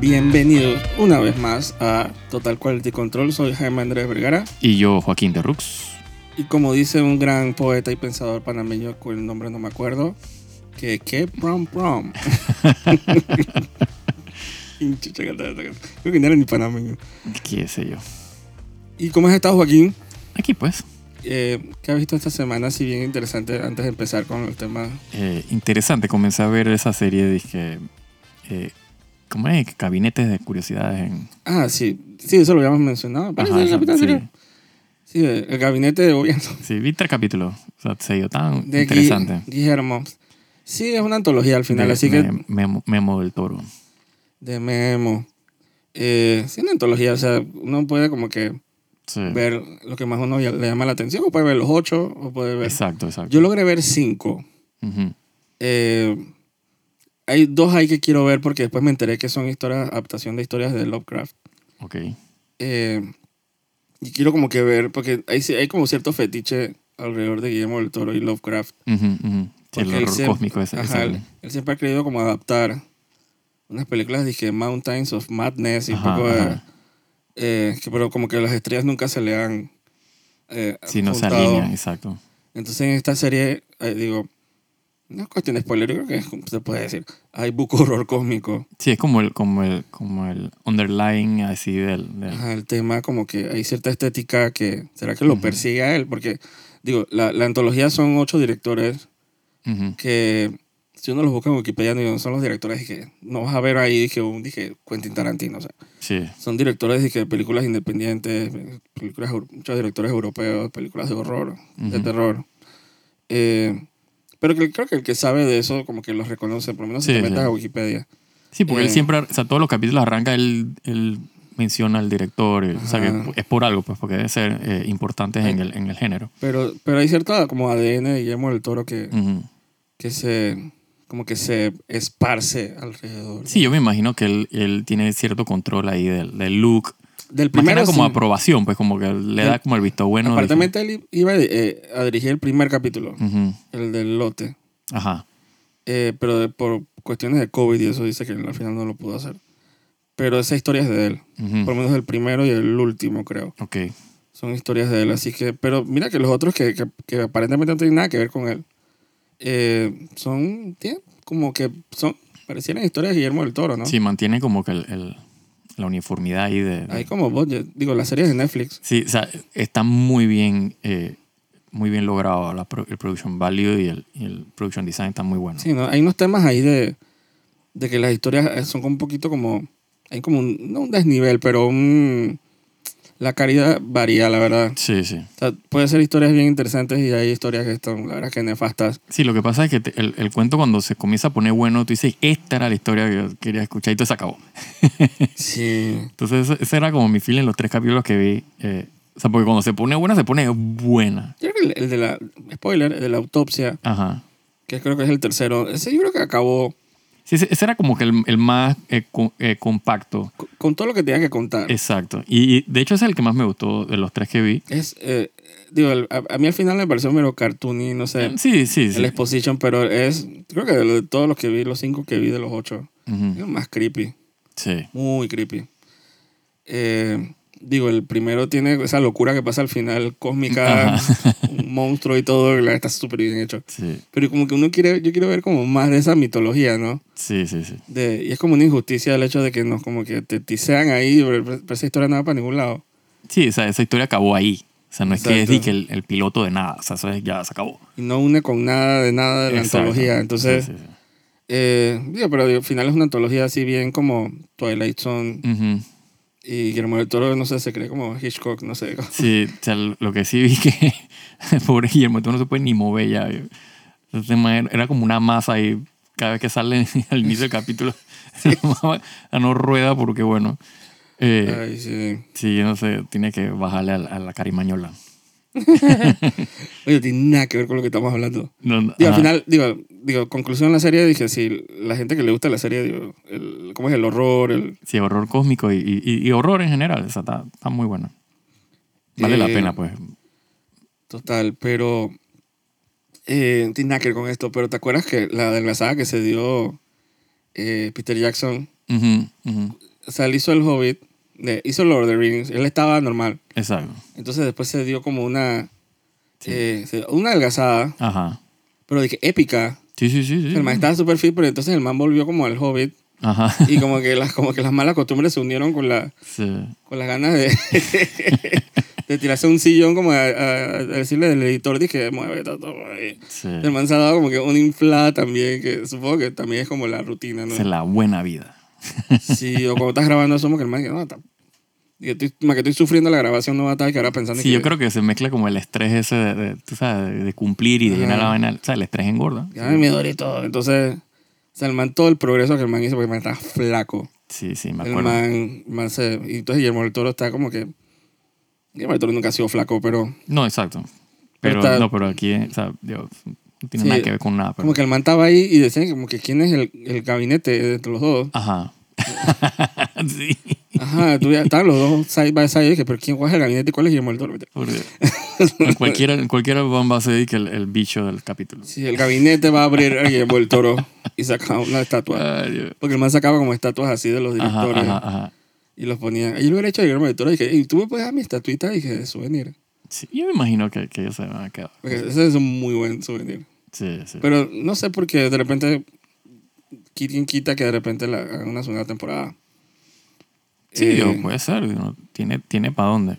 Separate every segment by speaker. Speaker 1: Bienvenidos una vez más a Total Quality Control. Soy Jaime Andrés Vergara.
Speaker 2: Y yo, Joaquín de Rux.
Speaker 1: Y como dice un gran poeta y pensador panameño, cuyo nombre no me acuerdo, que que prom prom. Pinche chacata, chacata. Creo que no era ni panameño.
Speaker 2: ¿Qué sé yo?
Speaker 1: ¿Y cómo has estado, Joaquín?
Speaker 2: Aquí pues.
Speaker 1: Eh, ¿Qué has visto esta semana? Si bien interesante, antes de empezar con el tema.
Speaker 2: Eh, interesante, comencé a ver esa serie, dije... Eh, ¿Cómo es? Gabinetes de curiosidades en...
Speaker 1: Ah, sí, sí, eso lo habíamos mencionado. Pero
Speaker 2: Ajá,
Speaker 1: sí, capitán,
Speaker 2: sí.
Speaker 1: sí. Sí, el gabinete de gobierno.
Speaker 2: Sí, vi tres capítulos. O sea, se dio tan
Speaker 1: de Gui-
Speaker 2: interesante.
Speaker 1: Guillermo. Sí, es una antología al final,
Speaker 2: De-
Speaker 1: así
Speaker 2: me,
Speaker 1: que
Speaker 2: Memo, Memo del Toro.
Speaker 1: de Memo. Eh, sí, una antología, o sea, uno puede como que
Speaker 2: Sí.
Speaker 1: ver lo que más uno ya- le llama la atención, o puede ver los ocho, o puede ver...
Speaker 2: Exacto, exacto.
Speaker 1: Yo logré ver cinco.
Speaker 2: Ujú.
Speaker 1: Eh, hay dos ahí que quiero ver porque después me enteré que son historias, adaptación de historias de Lovecraft.
Speaker 2: Ok.
Speaker 1: Eh, y quiero como que ver, porque hay, hay como cierto fetiche alrededor de Guillermo del Toro y Lovecraft.
Speaker 2: Ujú, ujú. Sí,
Speaker 1: Porque
Speaker 2: el
Speaker 1: él
Speaker 2: horror
Speaker 1: se-
Speaker 2: cósmico ese.
Speaker 1: Ajá,
Speaker 2: ese-
Speaker 1: él, él siempre ha querido como adaptar unas películas, dije, Mountains of Madness y
Speaker 2: Ajá,
Speaker 1: un poco de-
Speaker 2: ajá.
Speaker 1: eh, que, pero como que las estrellas nunca se le han eh,
Speaker 2: Sí, no se
Speaker 1: juntado.
Speaker 2: alinean, exacto.
Speaker 1: Entonces en esta serie, eh, digo, no es cuestión de spoiler, yo creo que es como se puede decir, hay buco horror cósmico.
Speaker 2: Sí, es como el, como el, como el underlying así del... del-
Speaker 1: Ajá, el tema como que hay cierta estética que, ¿será que lo
Speaker 2: Ujú.
Speaker 1: persigue a él? Porque, digo, la, la antología son ocho directores
Speaker 2: Ujú.
Speaker 1: que si uno los busca en Wikipedia no son los directores que no vas a ver ahí que un dije Quentin Tarantino o sea
Speaker 2: Sí.
Speaker 1: son directores dije, de películas independientes películas eu- muchos directores europeos películas de horror de
Speaker 2: Ujú.
Speaker 1: terror Eh, pero que, creo que el que sabe de eso como que los reconoce por lo menos si
Speaker 2: Sí,
Speaker 1: te metes
Speaker 2: sí.
Speaker 1: a Wikipedia
Speaker 2: Sí, porque
Speaker 1: Eh.
Speaker 2: él siempre, o sea, todos los capítulos arranca, él, él menciona al director, el- o sea,
Speaker 1: Ajá.
Speaker 2: que es por algo, pues, porque debe ser eh, importantes en el, en el género.
Speaker 1: pero pero hay cierta como ADN de Guillermo del Toro que,
Speaker 2: Ujú.
Speaker 1: que se como que se esparce alrededor
Speaker 2: Sí, yo me imagino que él, él tiene cierto control ahí del, del look.
Speaker 1: del
Speaker 2: Más que
Speaker 1: primero
Speaker 2: nada como
Speaker 1: sí.
Speaker 2: aprobación, pues como que le da
Speaker 1: Del-
Speaker 2: como el visto bueno. Mm. de que-
Speaker 1: aparentemente él iba eh, a dirigir el primer capítulo
Speaker 2: Ujú.
Speaker 1: el del lote
Speaker 2: Ajá.
Speaker 1: Eh, pero de- por cuestiones de COVID y eso dice que al final no lo pudo hacer. Pero esa historia es de él.
Speaker 2: Ujú.
Speaker 1: Por lo menos el primero y el último, creo.
Speaker 2: Ok.
Speaker 1: Son historias de él. Así que, pero mira que los otros que, que- que aparentemente no tienen nada que ver con él, eh, son, tienen como que son, parecieran historias de Guillermo del Toro, ¿no?
Speaker 2: Sí, mantiene como que el, el- la uniformidad ahí de... de-
Speaker 1: Hay como budget. Digo, las series de Netflix.
Speaker 2: Sí, o sea, está muy bien, eh, muy bien logrado la pro- el production value y el, y el production design está muy bueno.
Speaker 1: Sí, ¿no? Hay unos temas ahí de, de que las historias eh, son como un poquito como, hay como un, no un desnivel, pero un, la calidad varía, la verdad.
Speaker 2: sí. sí.
Speaker 1: O sea, puede ser historias bien interesantes y hay historias que están, la verdad, que nefastas.
Speaker 2: Sí, lo que pasa es que te- el, el cuento cuando se comienza a poner bueno, tú dices, esta era la historia que yo quería escuchar y todo se acabó.
Speaker 1: Sí.
Speaker 2: Entonces ese, ese era como mi feeling en los tres capítulos que vi. eh, o sea, porque cuando se pone buena, se pone buena.
Speaker 1: Yo creo que el, el de la, spoiler, el de la autopsia,
Speaker 2: Ajá.
Speaker 1: que creo que es el tercero, ese yo creo que acabó
Speaker 2: Sí, ese, ese era como que el, el más eh, co- eh, compacto.
Speaker 1: con, con todo lo que tenía que contar.
Speaker 2: Exacto. Y, y de hecho ese es el que más me gustó de los tres que vi.
Speaker 1: Es, eh, digo, el- a, a mí al final me pareció mero cartoony, no sé,
Speaker 2: Mm, Sí, sí, sí.
Speaker 1: el exposition, pero es, creo que de, lo- de todos los que vi, los cinco que vi de los ocho, es
Speaker 2: Ujú.
Speaker 1: el más creepy,
Speaker 2: Sí.
Speaker 1: muy creepy. Eh, digo, el primero tiene esa locura que pasa al final, cósmica,
Speaker 2: Ajá.
Speaker 1: un monstruo y todo, y la- está súper bien hecho.
Speaker 2: Sí,
Speaker 1: Pero como que uno quiere, yo quiero ver como más de esa mitología, ¿no?
Speaker 2: sí, sí. sí.
Speaker 1: De, y es como una injusticia el hecho de que nos como que te tisean ahí, pero, pero esa historia no va para ningún lado.
Speaker 2: Sí, o sea, esa historia acabó ahí. O sea, no es que es
Speaker 1: Exacto.
Speaker 2: ni que el, el piloto de nada. O sea, eso es- ya se acabó.
Speaker 1: Y no une con nada de nada de la
Speaker 2: Exacto.
Speaker 1: antología. Entonces,
Speaker 2: Sí, sí, sí.
Speaker 1: eh, digo, pero digo, al final es una antología así bien como Twilight Zone
Speaker 2: Ujú.
Speaker 1: y Guillermo del Toro, no sé, se cree como Hitchcock, no sé.
Speaker 2: Sí, o sea, lo que sí vi que el pobre Guillermo tú no se puede ni mover ya. Ese tema era era como una masa ahí. Cada vez que sale al inicio del capítulo, a no rueda porque, bueno, eh,
Speaker 1: Ay, sí.
Speaker 2: sí, yo no sé, tiene que bajarle a, la- a la carimañola.
Speaker 1: Oye, tiene nada que ver con lo que estamos hablando.
Speaker 2: No, no,
Speaker 1: Digo, al
Speaker 2: ajá.
Speaker 1: final, digo, digo, conclusión de la serie, dije, si la gente que le gusta la serie, digo, el, ¿cómo es el horror? El,
Speaker 2: Sí, horror cósmico y, y- y horror en general. O sea, está, está muy bueno. Vale la
Speaker 1: Eh,
Speaker 2: pena, pues.
Speaker 1: Total, pero. Eh, no tiene nada que ver con esto, pero ¿te acuerdas que la adelgazada que se dio eh, Peter Jackson?
Speaker 2: Ujú, ujú.
Speaker 1: o sea, él hizo El Hobbit, de- hizo Lord of the Rings, él estaba normal.
Speaker 2: Exacto.
Speaker 1: Entonces después se dio como una,
Speaker 2: Sí.
Speaker 1: eh, se- una adelgazada,
Speaker 2: Ajá.
Speaker 1: pero dije épica.
Speaker 2: Sí, sí, sí. sí.
Speaker 1: El man estaba súper fit, pero entonces el man volvió como al Hobbit
Speaker 2: Ajá.
Speaker 1: y como que las, como que las malas costumbres se unieron con, la,
Speaker 2: Sí.
Speaker 1: con las ganas de, de tirarse a un sillón como a, a- a decirle del editor, dije, mueve todo.
Speaker 2: Sí.
Speaker 1: El man se ha dado como que un infla también, que supongo que también es como la rutina, ¿no?
Speaker 2: Esa es la buena vida.
Speaker 1: Sí, o cuando estás grabando somos que el man que no, está- que estoy, más que estoy sufriendo la grabación no va a estar que ahora pensando
Speaker 2: Sí,
Speaker 1: que,
Speaker 2: yo creo que se mezcla como el estrés ese de, de- tú sabes, de- de cumplir y de llenar la
Speaker 1: Ajá.
Speaker 2: vaina. O sea, el estrés engorda.
Speaker 1: que ay, me duele todo. Entonces, o sea, el man todo el progreso que el man hizo porque el man está flaco.
Speaker 2: Sí, sí, me
Speaker 1: El
Speaker 2: acuerdo.
Speaker 1: man, el man se, y entonces Guillermo del Toro está como que Guillermo del Toro nunca ha sido flaco, pero
Speaker 2: No, exacto.
Speaker 1: Pero
Speaker 2: Pero,
Speaker 1: está-
Speaker 2: no, pero aquí, o sea, digo, no tiene
Speaker 1: Sí,
Speaker 2: nada que ver con nada. pero-
Speaker 1: como que el man estaba ahí y decían como que quién es el, el gabinete entre los dos.
Speaker 2: Ajá. sí.
Speaker 1: Ajá, tú ya- estaban los dos side by side y dije, pero quién cuál es el gabinete y cuál es Guillermo del Toro.
Speaker 2: Porque en cualquiera, en cualquiera van va a ser que el, el bicho del capítulo.
Speaker 1: Sí, el gabinete va a abrir a Guillermo del Toro y sacaba una estatua.
Speaker 2: Ay, Dios.
Speaker 1: Porque el man sacaba como estatuas así de los
Speaker 2: Ah. Ajá,
Speaker 1: directores
Speaker 2: ajá, ajá.
Speaker 1: y los ponía. Y Yo lo hubiera hecho a Guillermo del Toro y dije, "Ey, tú me puedes dar mi estatuita y dije, de souvenir.
Speaker 2: Sí, yo me imagino que, que ellos se van a quedar.
Speaker 1: Porque ese es un muy buen souvenir.
Speaker 2: Sí, sí.
Speaker 1: Pero no sé por qué de repente, quién quita que de repente la, hagan una segunda temporada.
Speaker 2: sí,
Speaker 1: Eh,
Speaker 2: digo, puede ser. digo, tiene tiene para dónde.
Speaker 1: o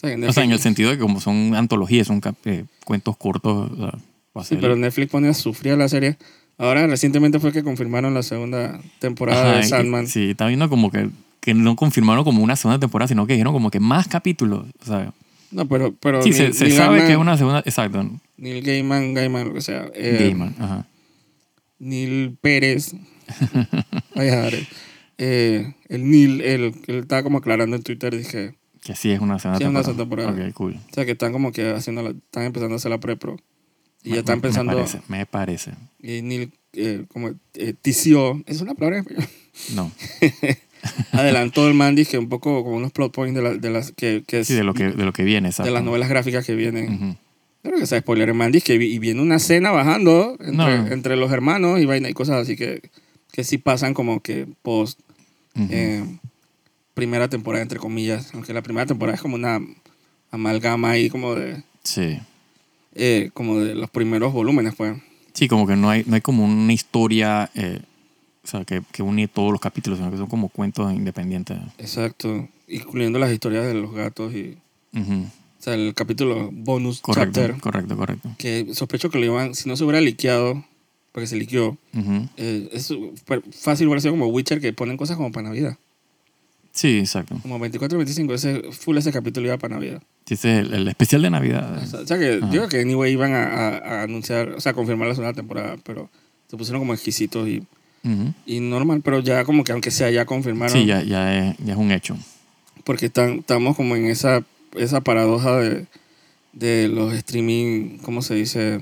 Speaker 1: sea, que
Speaker 2: O sea, en el
Speaker 1: Netflix-
Speaker 2: sentido de que como son antologías, son cap- eh, cuentos cortos. o sea, va a
Speaker 1: Sí,
Speaker 2: ser-
Speaker 1: pero Netflix pone a sufrir a la serie. Ahora, recientemente fue que confirmaron la segunda temporada
Speaker 2: Ajá,
Speaker 1: de
Speaker 2: y-
Speaker 1: Sandman.
Speaker 2: Sí, está viendo como que, que no confirmaron como una segunda temporada, sino que dijeron como que más capítulos. O sea,
Speaker 1: No, pero. pero
Speaker 2: sí,
Speaker 1: Neil-
Speaker 2: se, se
Speaker 1: Neil
Speaker 2: sabe
Speaker 1: Gaiman-
Speaker 2: que es una segunda. Exacto.
Speaker 1: Neil Gaiman, Gaiman, lo que sea. eh,
Speaker 2: Gaiman, ajá.
Speaker 1: Neil Pérez. Vaya, Ares. Eh, el Neil, él, él estaba como aclarando en Twitter, dije.
Speaker 2: Que sí es una segunda
Speaker 1: Sí, es una
Speaker 2: temporada.
Speaker 1: segunda temporada.
Speaker 2: Ok, cool.
Speaker 1: O sea, que están como que haciendo la- están empezando a hacer la pre-pro. Y
Speaker 2: Me-
Speaker 1: ya están
Speaker 2: me-
Speaker 1: pensando.
Speaker 2: Me parece, me parece.
Speaker 1: Y Neil, eh, como eh, tició, es una palabra en español.
Speaker 2: No.
Speaker 1: Adelantó el man, dije un poco como unos plot points de, la- de las que, que es-
Speaker 2: Sí, de lo que, de lo que viene, exacto.
Speaker 1: de las novelas gráficas que vienen.
Speaker 2: Ujú.
Speaker 1: Creo que sea spoiler, el man dice que vi- y viene una cena bajando entre,
Speaker 2: No.
Speaker 1: entre los hermanos y vaina y cosas así que, que sí pasan como que post
Speaker 2: Ujú.
Speaker 1: eh, primera temporada, entre comillas. Aunque la primera temporada es como una amalgama ahí como de,
Speaker 2: Sí.
Speaker 1: eh, como de los primeros volúmenes, pues.
Speaker 2: Sí, como que no hay, no hay como una historia eh, o sea, que, que une todos los capítulos, sino que son como cuentos independientes.
Speaker 1: Exacto. Incluyendo las historias de los gatos y...
Speaker 2: Ujú.
Speaker 1: O sea, el capítulo bonus
Speaker 2: Correcto,
Speaker 1: chapter.
Speaker 2: correcto, correcto.
Speaker 1: Que sospecho que lo iban... Si no se hubiera liqueado, porque se liqueó,
Speaker 2: Ujú.
Speaker 1: eh, es súper fácil hubiera sido como Witcher que ponen cosas como para Navidad.
Speaker 2: Sí, exacto.
Speaker 1: Como 24 25, ese full ese capítulo iba para Navidad.
Speaker 2: Ese es el, el especial de Navidad.
Speaker 1: O sea, o sea que
Speaker 2: Ajá.
Speaker 1: digo que anyway iban a, a- a anunciar, o sea, a confirmar la segunda temporada, pero se pusieron como exquisitos y,
Speaker 2: Ujú.
Speaker 1: y normal, pero ya como que aunque sea ya confirmaron,
Speaker 2: Sí, ya, ya, es, ya es un hecho.
Speaker 1: porque están, estamos como en esa, esa paradoja de, de los streaming, ¿cómo se dice?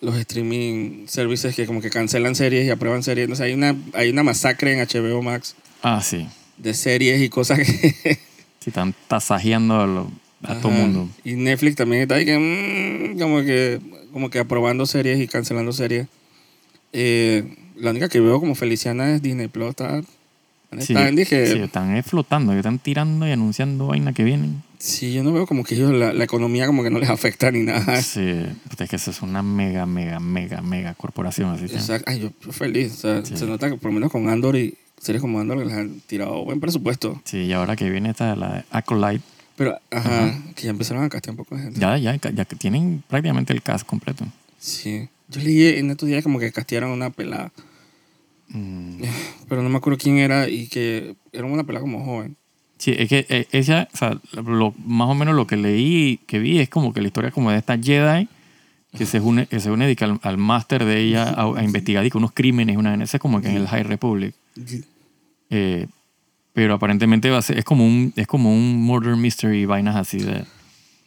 Speaker 1: Los streaming services que como que cancelan series y aprueban series. Entonces hay una, hay una masacre en HBO Max
Speaker 2: Ah, sí.
Speaker 1: de series y cosas que...
Speaker 2: Sí, están tasajeando a, lo- a todo
Speaker 1: Ajá.
Speaker 2: mundo.
Speaker 1: Y Netflix también está ahí que, mm, como que como que aprobando series y cancelando series. Eh, la única que veo como Feliciana es Disney Plus. Está,
Speaker 2: Sí,
Speaker 1: está- dije,
Speaker 2: sí, están eh, flotando, están tirando y anunciando vaina que vienen.
Speaker 1: sí, yo no veo como que ellos la, la economía como que no les afecta ni nada.
Speaker 2: Sí, puta, es que eso es una mega, mega, mega, mega corporación. Así que-
Speaker 1: O sea, ay, yo, yo feliz. O sea,
Speaker 2: Sí.
Speaker 1: Se nota que por lo menos con Andor y series como Andor les han tirado buen presupuesto.
Speaker 2: Sí, y ahora que viene esta, la de Acolyte,
Speaker 1: Pero, ajá, que ya empezaron a castear un poco de gente.
Speaker 2: ya, ya, ya que tienen prácticamente el cast completo.
Speaker 1: Sí. Yo leí en estos días como que castearon una pelada,
Speaker 2: Mm.
Speaker 1: pero no me acuerdo quién era y que era una pelada como joven.
Speaker 2: Sí, es que eh, ella, o sea, lo- más o menos lo que leí y que vi es como que la historia como de esta Jedi que se une, que se une de que al, al máster de ella a, a investigar y que unos crímenes, una vaina, eso es como que en el High Republic. Eh, pero aparentemente va a ser, es como un, es como un murder mystery y vainas así de,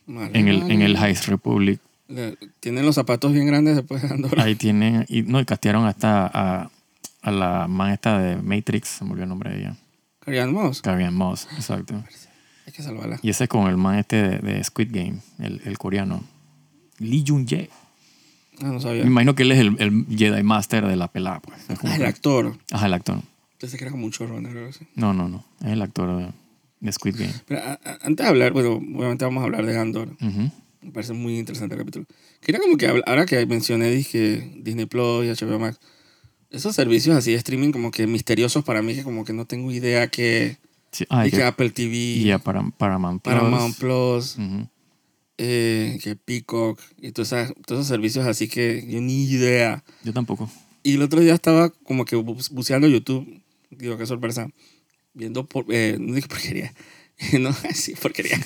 Speaker 1: Madre
Speaker 2: en el, en el
Speaker 1: mía.
Speaker 2: High Republic.
Speaker 1: Le- Tienen los zapatos bien grandes después de Andorra.
Speaker 2: Ahí tienen, y no, y castearon hasta a, a la man esta de Matrix, se me olvidó el nombre de ella.
Speaker 1: Carrion Moss.
Speaker 2: Carrion Moss, exacto.
Speaker 1: Hay que salvarla.
Speaker 2: Y ese es con el man este de, de Squid Game, el, el coreano. Lee Jung-jae.
Speaker 1: Ah, no
Speaker 2: Me
Speaker 1: sabía.
Speaker 2: imagino que él es el, el Jedi Master de la pelada, pues. Es como
Speaker 1: Ah, el
Speaker 2: que-
Speaker 1: actor.
Speaker 2: Ajá, el actor.
Speaker 1: Pensé que era como un showrunner o algo así.
Speaker 2: No, no, no. Es el actor de- de Squid Game.
Speaker 1: Pero a- a- antes de hablar, bueno, obviamente vamos a hablar de Andor.
Speaker 2: Ujú.
Speaker 1: Me parece muy interesante el capítulo. Quería como que, habl- ahora que mencioné dije, Disney Plus y HBO Max, esos servicios así de streaming como que misteriosos para mí, que como que no tengo idea que...
Speaker 2: Sí, ah,
Speaker 1: y
Speaker 2: ya-
Speaker 1: que Apple TV,
Speaker 2: y ya para Paramount Plus.
Speaker 1: Paramount Plus,
Speaker 2: Ujú.
Speaker 1: eh, que Peacock, y todas esas- todos esos servicios así que yo ni idea.
Speaker 2: Yo tampoco.
Speaker 1: Y el otro día estaba como que bu- buceando YouTube, digo, qué sorpresa, viendo, por, eh, no dije porquería, no, sí, porquería,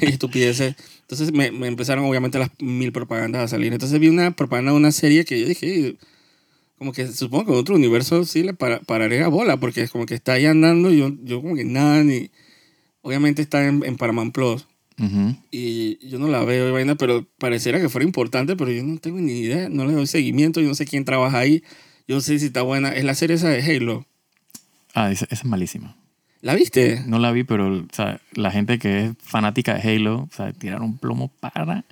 Speaker 1: estupideces. Entonces me, me empezaron obviamente las mil propagandas a salir. Entonces vi una propaganda de una serie que yo dije, "Ey, como que supongo que en otro universo sí le para- pararé a bola, porque es como que está ahí andando y yo, yo como que nada, ni... Obviamente está en, en Paramount Plus
Speaker 2: Ujú.
Speaker 1: y yo no la veo y vaina, pero pareciera que fuera importante, pero yo no tengo ni idea, no le doy seguimiento, yo no sé quién trabaja ahí, yo no sé si está buena. Es la serie esa de Halo.
Speaker 2: Ah, esa, esa es malísima.
Speaker 1: ¿La viste?
Speaker 2: No la vi, pero o sea, la gente que es fanática de Halo, o sea, tiraron plomo para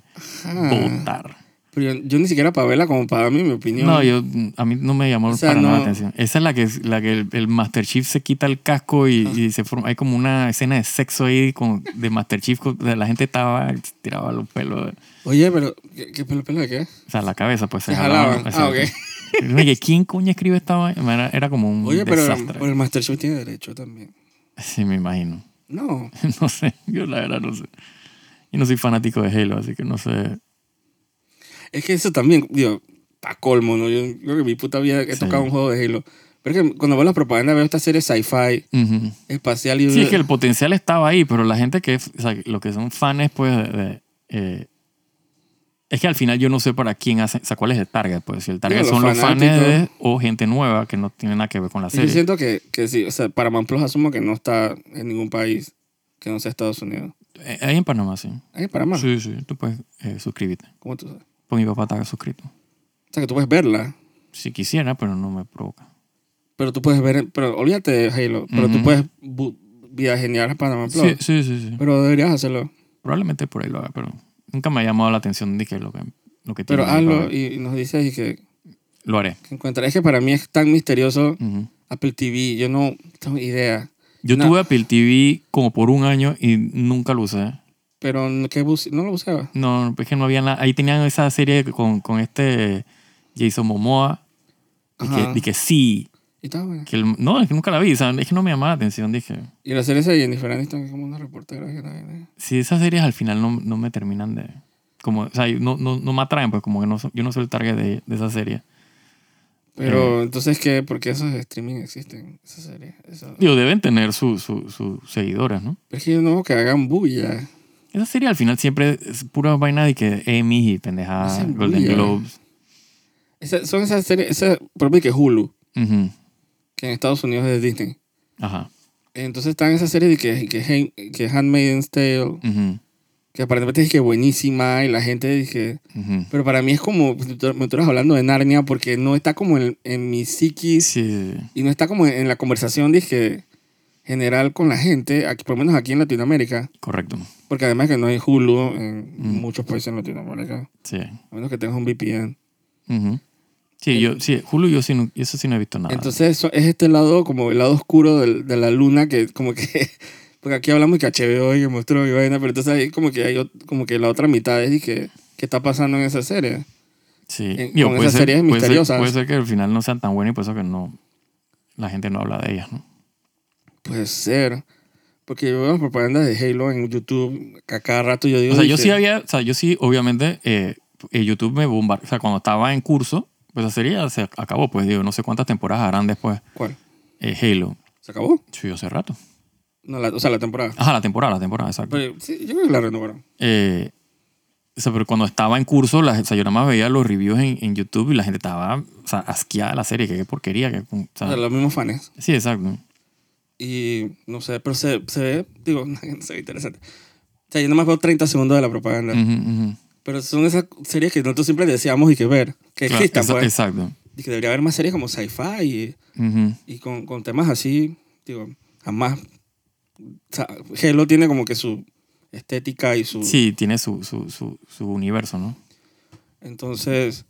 Speaker 1: Ah,
Speaker 2: votar.
Speaker 1: pero yo, yo ni siquiera para verla como para darme mi opinión.
Speaker 2: No, yo, a mí no me llamó
Speaker 1: O sea,
Speaker 2: para nada
Speaker 1: no-
Speaker 2: la atención. Esa es la que, la que el, el Master Chief se quita el casco
Speaker 1: Ah.
Speaker 2: y, y se forma. Hay como una escena de sexo ahí con, de Master Chief. con- la gente estaba, tiraba los pelos,
Speaker 1: Oye, pero ¿qué, qué pelo, pelo de qué?
Speaker 2: o sea, la cabeza, pues se
Speaker 1: Se jalaban.
Speaker 2: jalaban.
Speaker 1: Ah, ok.
Speaker 2: Yo me dije, ¿quién coño escribe esta vaina? Era, era como un
Speaker 1: Oye, pero,
Speaker 2: desastre.
Speaker 1: pero el Master Chief tiene derecho también.
Speaker 2: Sí, me imagino.
Speaker 1: No.
Speaker 2: No sé, yo la verdad no sé. Yo no soy fanático de Halo, así que no sé.
Speaker 1: Es que eso también, digo, pa' colmo, ¿no? Yo creo que mi puta vida he
Speaker 2: Sí.
Speaker 1: tocado un juego de Halo. Pero es que cuando veo la propaganda veo esta serie sci-fi,
Speaker 2: Ujú.
Speaker 1: espacial y...
Speaker 2: Sí, es que el potencial estaba ahí, pero la gente que, es- o sea, los que son fans, pues, de- de, eh, es que al final yo no sé para quién hacen, o sea, cuál es el target, pues, si el target
Speaker 1: Digo, los
Speaker 2: son los fans
Speaker 1: fanáticos.
Speaker 2: de- o gente nueva que no tiene nada que ver con la
Speaker 1: Y Yo
Speaker 2: serie.
Speaker 1: siento que, que sí, o sea, Paramount Plus asumo que no está en ningún país que no sea Estados Unidos.
Speaker 2: Eh, Ahí en Panamá, sí.
Speaker 1: Ahí Paramount,
Speaker 2: Sí, sí, tú puedes eh, suscribirte.
Speaker 1: ¿cómo tú sabes?
Speaker 2: Pues mi papá está suscrito.
Speaker 1: O sea, que tú puedes verla,
Speaker 2: Si quisiera, pero no me provoca.
Speaker 1: pero tú puedes ver, pero olvídate de Halo, pero tú
Speaker 2: Ujú.
Speaker 1: puedes bu- viajear a Paramount Plus.
Speaker 2: Sí, sí, sí, sí.
Speaker 1: Pero deberías hacerlo.
Speaker 2: Probablemente por ahí lo haga, pero nunca me ha llamado la atención de que lo que, lo que tiene
Speaker 1: Pero
Speaker 2: ahí para
Speaker 1: hazlo
Speaker 2: ver.
Speaker 1: y, y nos dices y que,
Speaker 2: Lo haré.
Speaker 1: que encuentras. Es que para mí es tan misterioso
Speaker 2: Ujú.
Speaker 1: Apple TV, yo no tengo idea.
Speaker 2: Yo
Speaker 1: No.
Speaker 2: tuve Apple TV como por un año y nunca lo usé.
Speaker 1: Pero ¿qué bus- no lo buscaba.
Speaker 2: No, es que no había nada. Ahí tenían esa serie con, con este Jason Momoa. Y
Speaker 1: Ajá.
Speaker 2: que, y que sí.
Speaker 1: Y estaba buena.
Speaker 2: Que el- no, es que nunca la vi. o sea, es que no me llamaba la atención. Dije,
Speaker 1: Y la serie esa de Jennifer Aniston, que es como una reportera. que también
Speaker 2: si esas series al final no, no me terminan de... Como, o sea, no, no, no me atraen, pues como que no, so- yo no soy el target de, de esa serie.
Speaker 1: es- Pero entonces, ¿qué? ¿Por qué esos streaming existen? Esa serie. Eso.
Speaker 2: Digo, deben tener sus su, sus seguidores, ¿no?
Speaker 1: Pero es que yo no veo que hagan bulla.
Speaker 2: Esa serie al final siempre es pura vaina de que Emmy y pendejada,
Speaker 1: Hacen
Speaker 2: Golden
Speaker 1: bulla.
Speaker 2: Globes.
Speaker 1: Esa- son esas series, esa, por ejemplo, que Hulu,
Speaker 2: Ujú,
Speaker 1: que en Estados Unidos es de Disney.
Speaker 2: Ajá.
Speaker 1: Entonces están esas series de que, que, Hand- que Handmaid's Tale,
Speaker 2: ujú,
Speaker 1: que aparentemente es que buenísima y la gente dice...
Speaker 2: ujú.
Speaker 1: Pero para mí es como, me tú me tú eras hablando de Narnia porque no está como en, en mi psiquis
Speaker 2: Sí, sí, sí.
Speaker 1: y no está como en, en la conversación, dije, general con la gente, aquí, por lo menos aquí en Latinoamérica,
Speaker 2: correcto.
Speaker 1: porque además que no hay Hulu en
Speaker 2: Mm.
Speaker 1: muchos países en Latinoamérica,
Speaker 2: Sí.
Speaker 1: a menos que tengas un VPN.
Speaker 2: ujú. Sí, yo, sí, Hulu, yo sí, no- eso sí no he visto nada.
Speaker 1: Entonces eso es este lado, como el lado oscuro del- de, la luna, que como que... Porque aquí hablamos que HBO y que mostró y vaina, pero entonces ahí como que hay ot- como que la otra mitad es y que ¿qué está pasando en esa serie?
Speaker 2: sí.
Speaker 1: en-
Speaker 2: Digo,
Speaker 1: con
Speaker 2: puede
Speaker 1: esas
Speaker 2: ser-
Speaker 1: series
Speaker 2: puede ser-
Speaker 1: misteriosas.
Speaker 2: Puede ser, que al final no sean tan buenas y por eso que no, la gente no habla de ellas, ¿no?
Speaker 1: Puede ser. Porque yo veo las propagandas de Halo en YouTube que a cada rato yo digo...
Speaker 2: O sea, yo
Speaker 1: dije,
Speaker 2: sí había, o sea, yo sí, obviamente, eh, eh, YouTube me bombardeó. O sea, cuando estaba en curso, pues esa serie ya se acabó, pues digo, no sé cuántas temporadas harán después
Speaker 1: ¿Cuál?
Speaker 2: eh, Halo.
Speaker 1: ¿Se acabó?
Speaker 2: Sí, hace rato.
Speaker 1: No, la- o sea, la temporada.
Speaker 2: Ajá, la temporada, la temporada, exacto.
Speaker 1: Pero sí, yo creo que la renovaron.
Speaker 2: Eh, o sea, pero cuando estaba en curso, la, o sea, yo nada más veía los reviews en, en YouTube y la gente estaba o sea, asqueada de la serie, que qué porquería. Que, o
Speaker 1: O
Speaker 2: sea,
Speaker 1: sea, los mismos fans.
Speaker 2: Sí, exacto.
Speaker 1: Y no sé, pero se, se ve, digo, se ve interesante. O sea, yo nomás veo 30 segundos de la propaganda.
Speaker 2: Ujú, ujú.
Speaker 1: Pero son esas series que nosotros siempre deseamos y que ver, que
Speaker 2: Claro,
Speaker 1: existan,
Speaker 2: exa-
Speaker 1: pues.
Speaker 2: Exacto.
Speaker 1: Y que debería haber más series como sci-fi y,
Speaker 2: Ujú.
Speaker 1: y con, con temas así, digo, jamás. O sea, Halo tiene como que su estética y su...
Speaker 2: Sí, tiene su, su, su, su universo, ¿no?
Speaker 1: Entonces,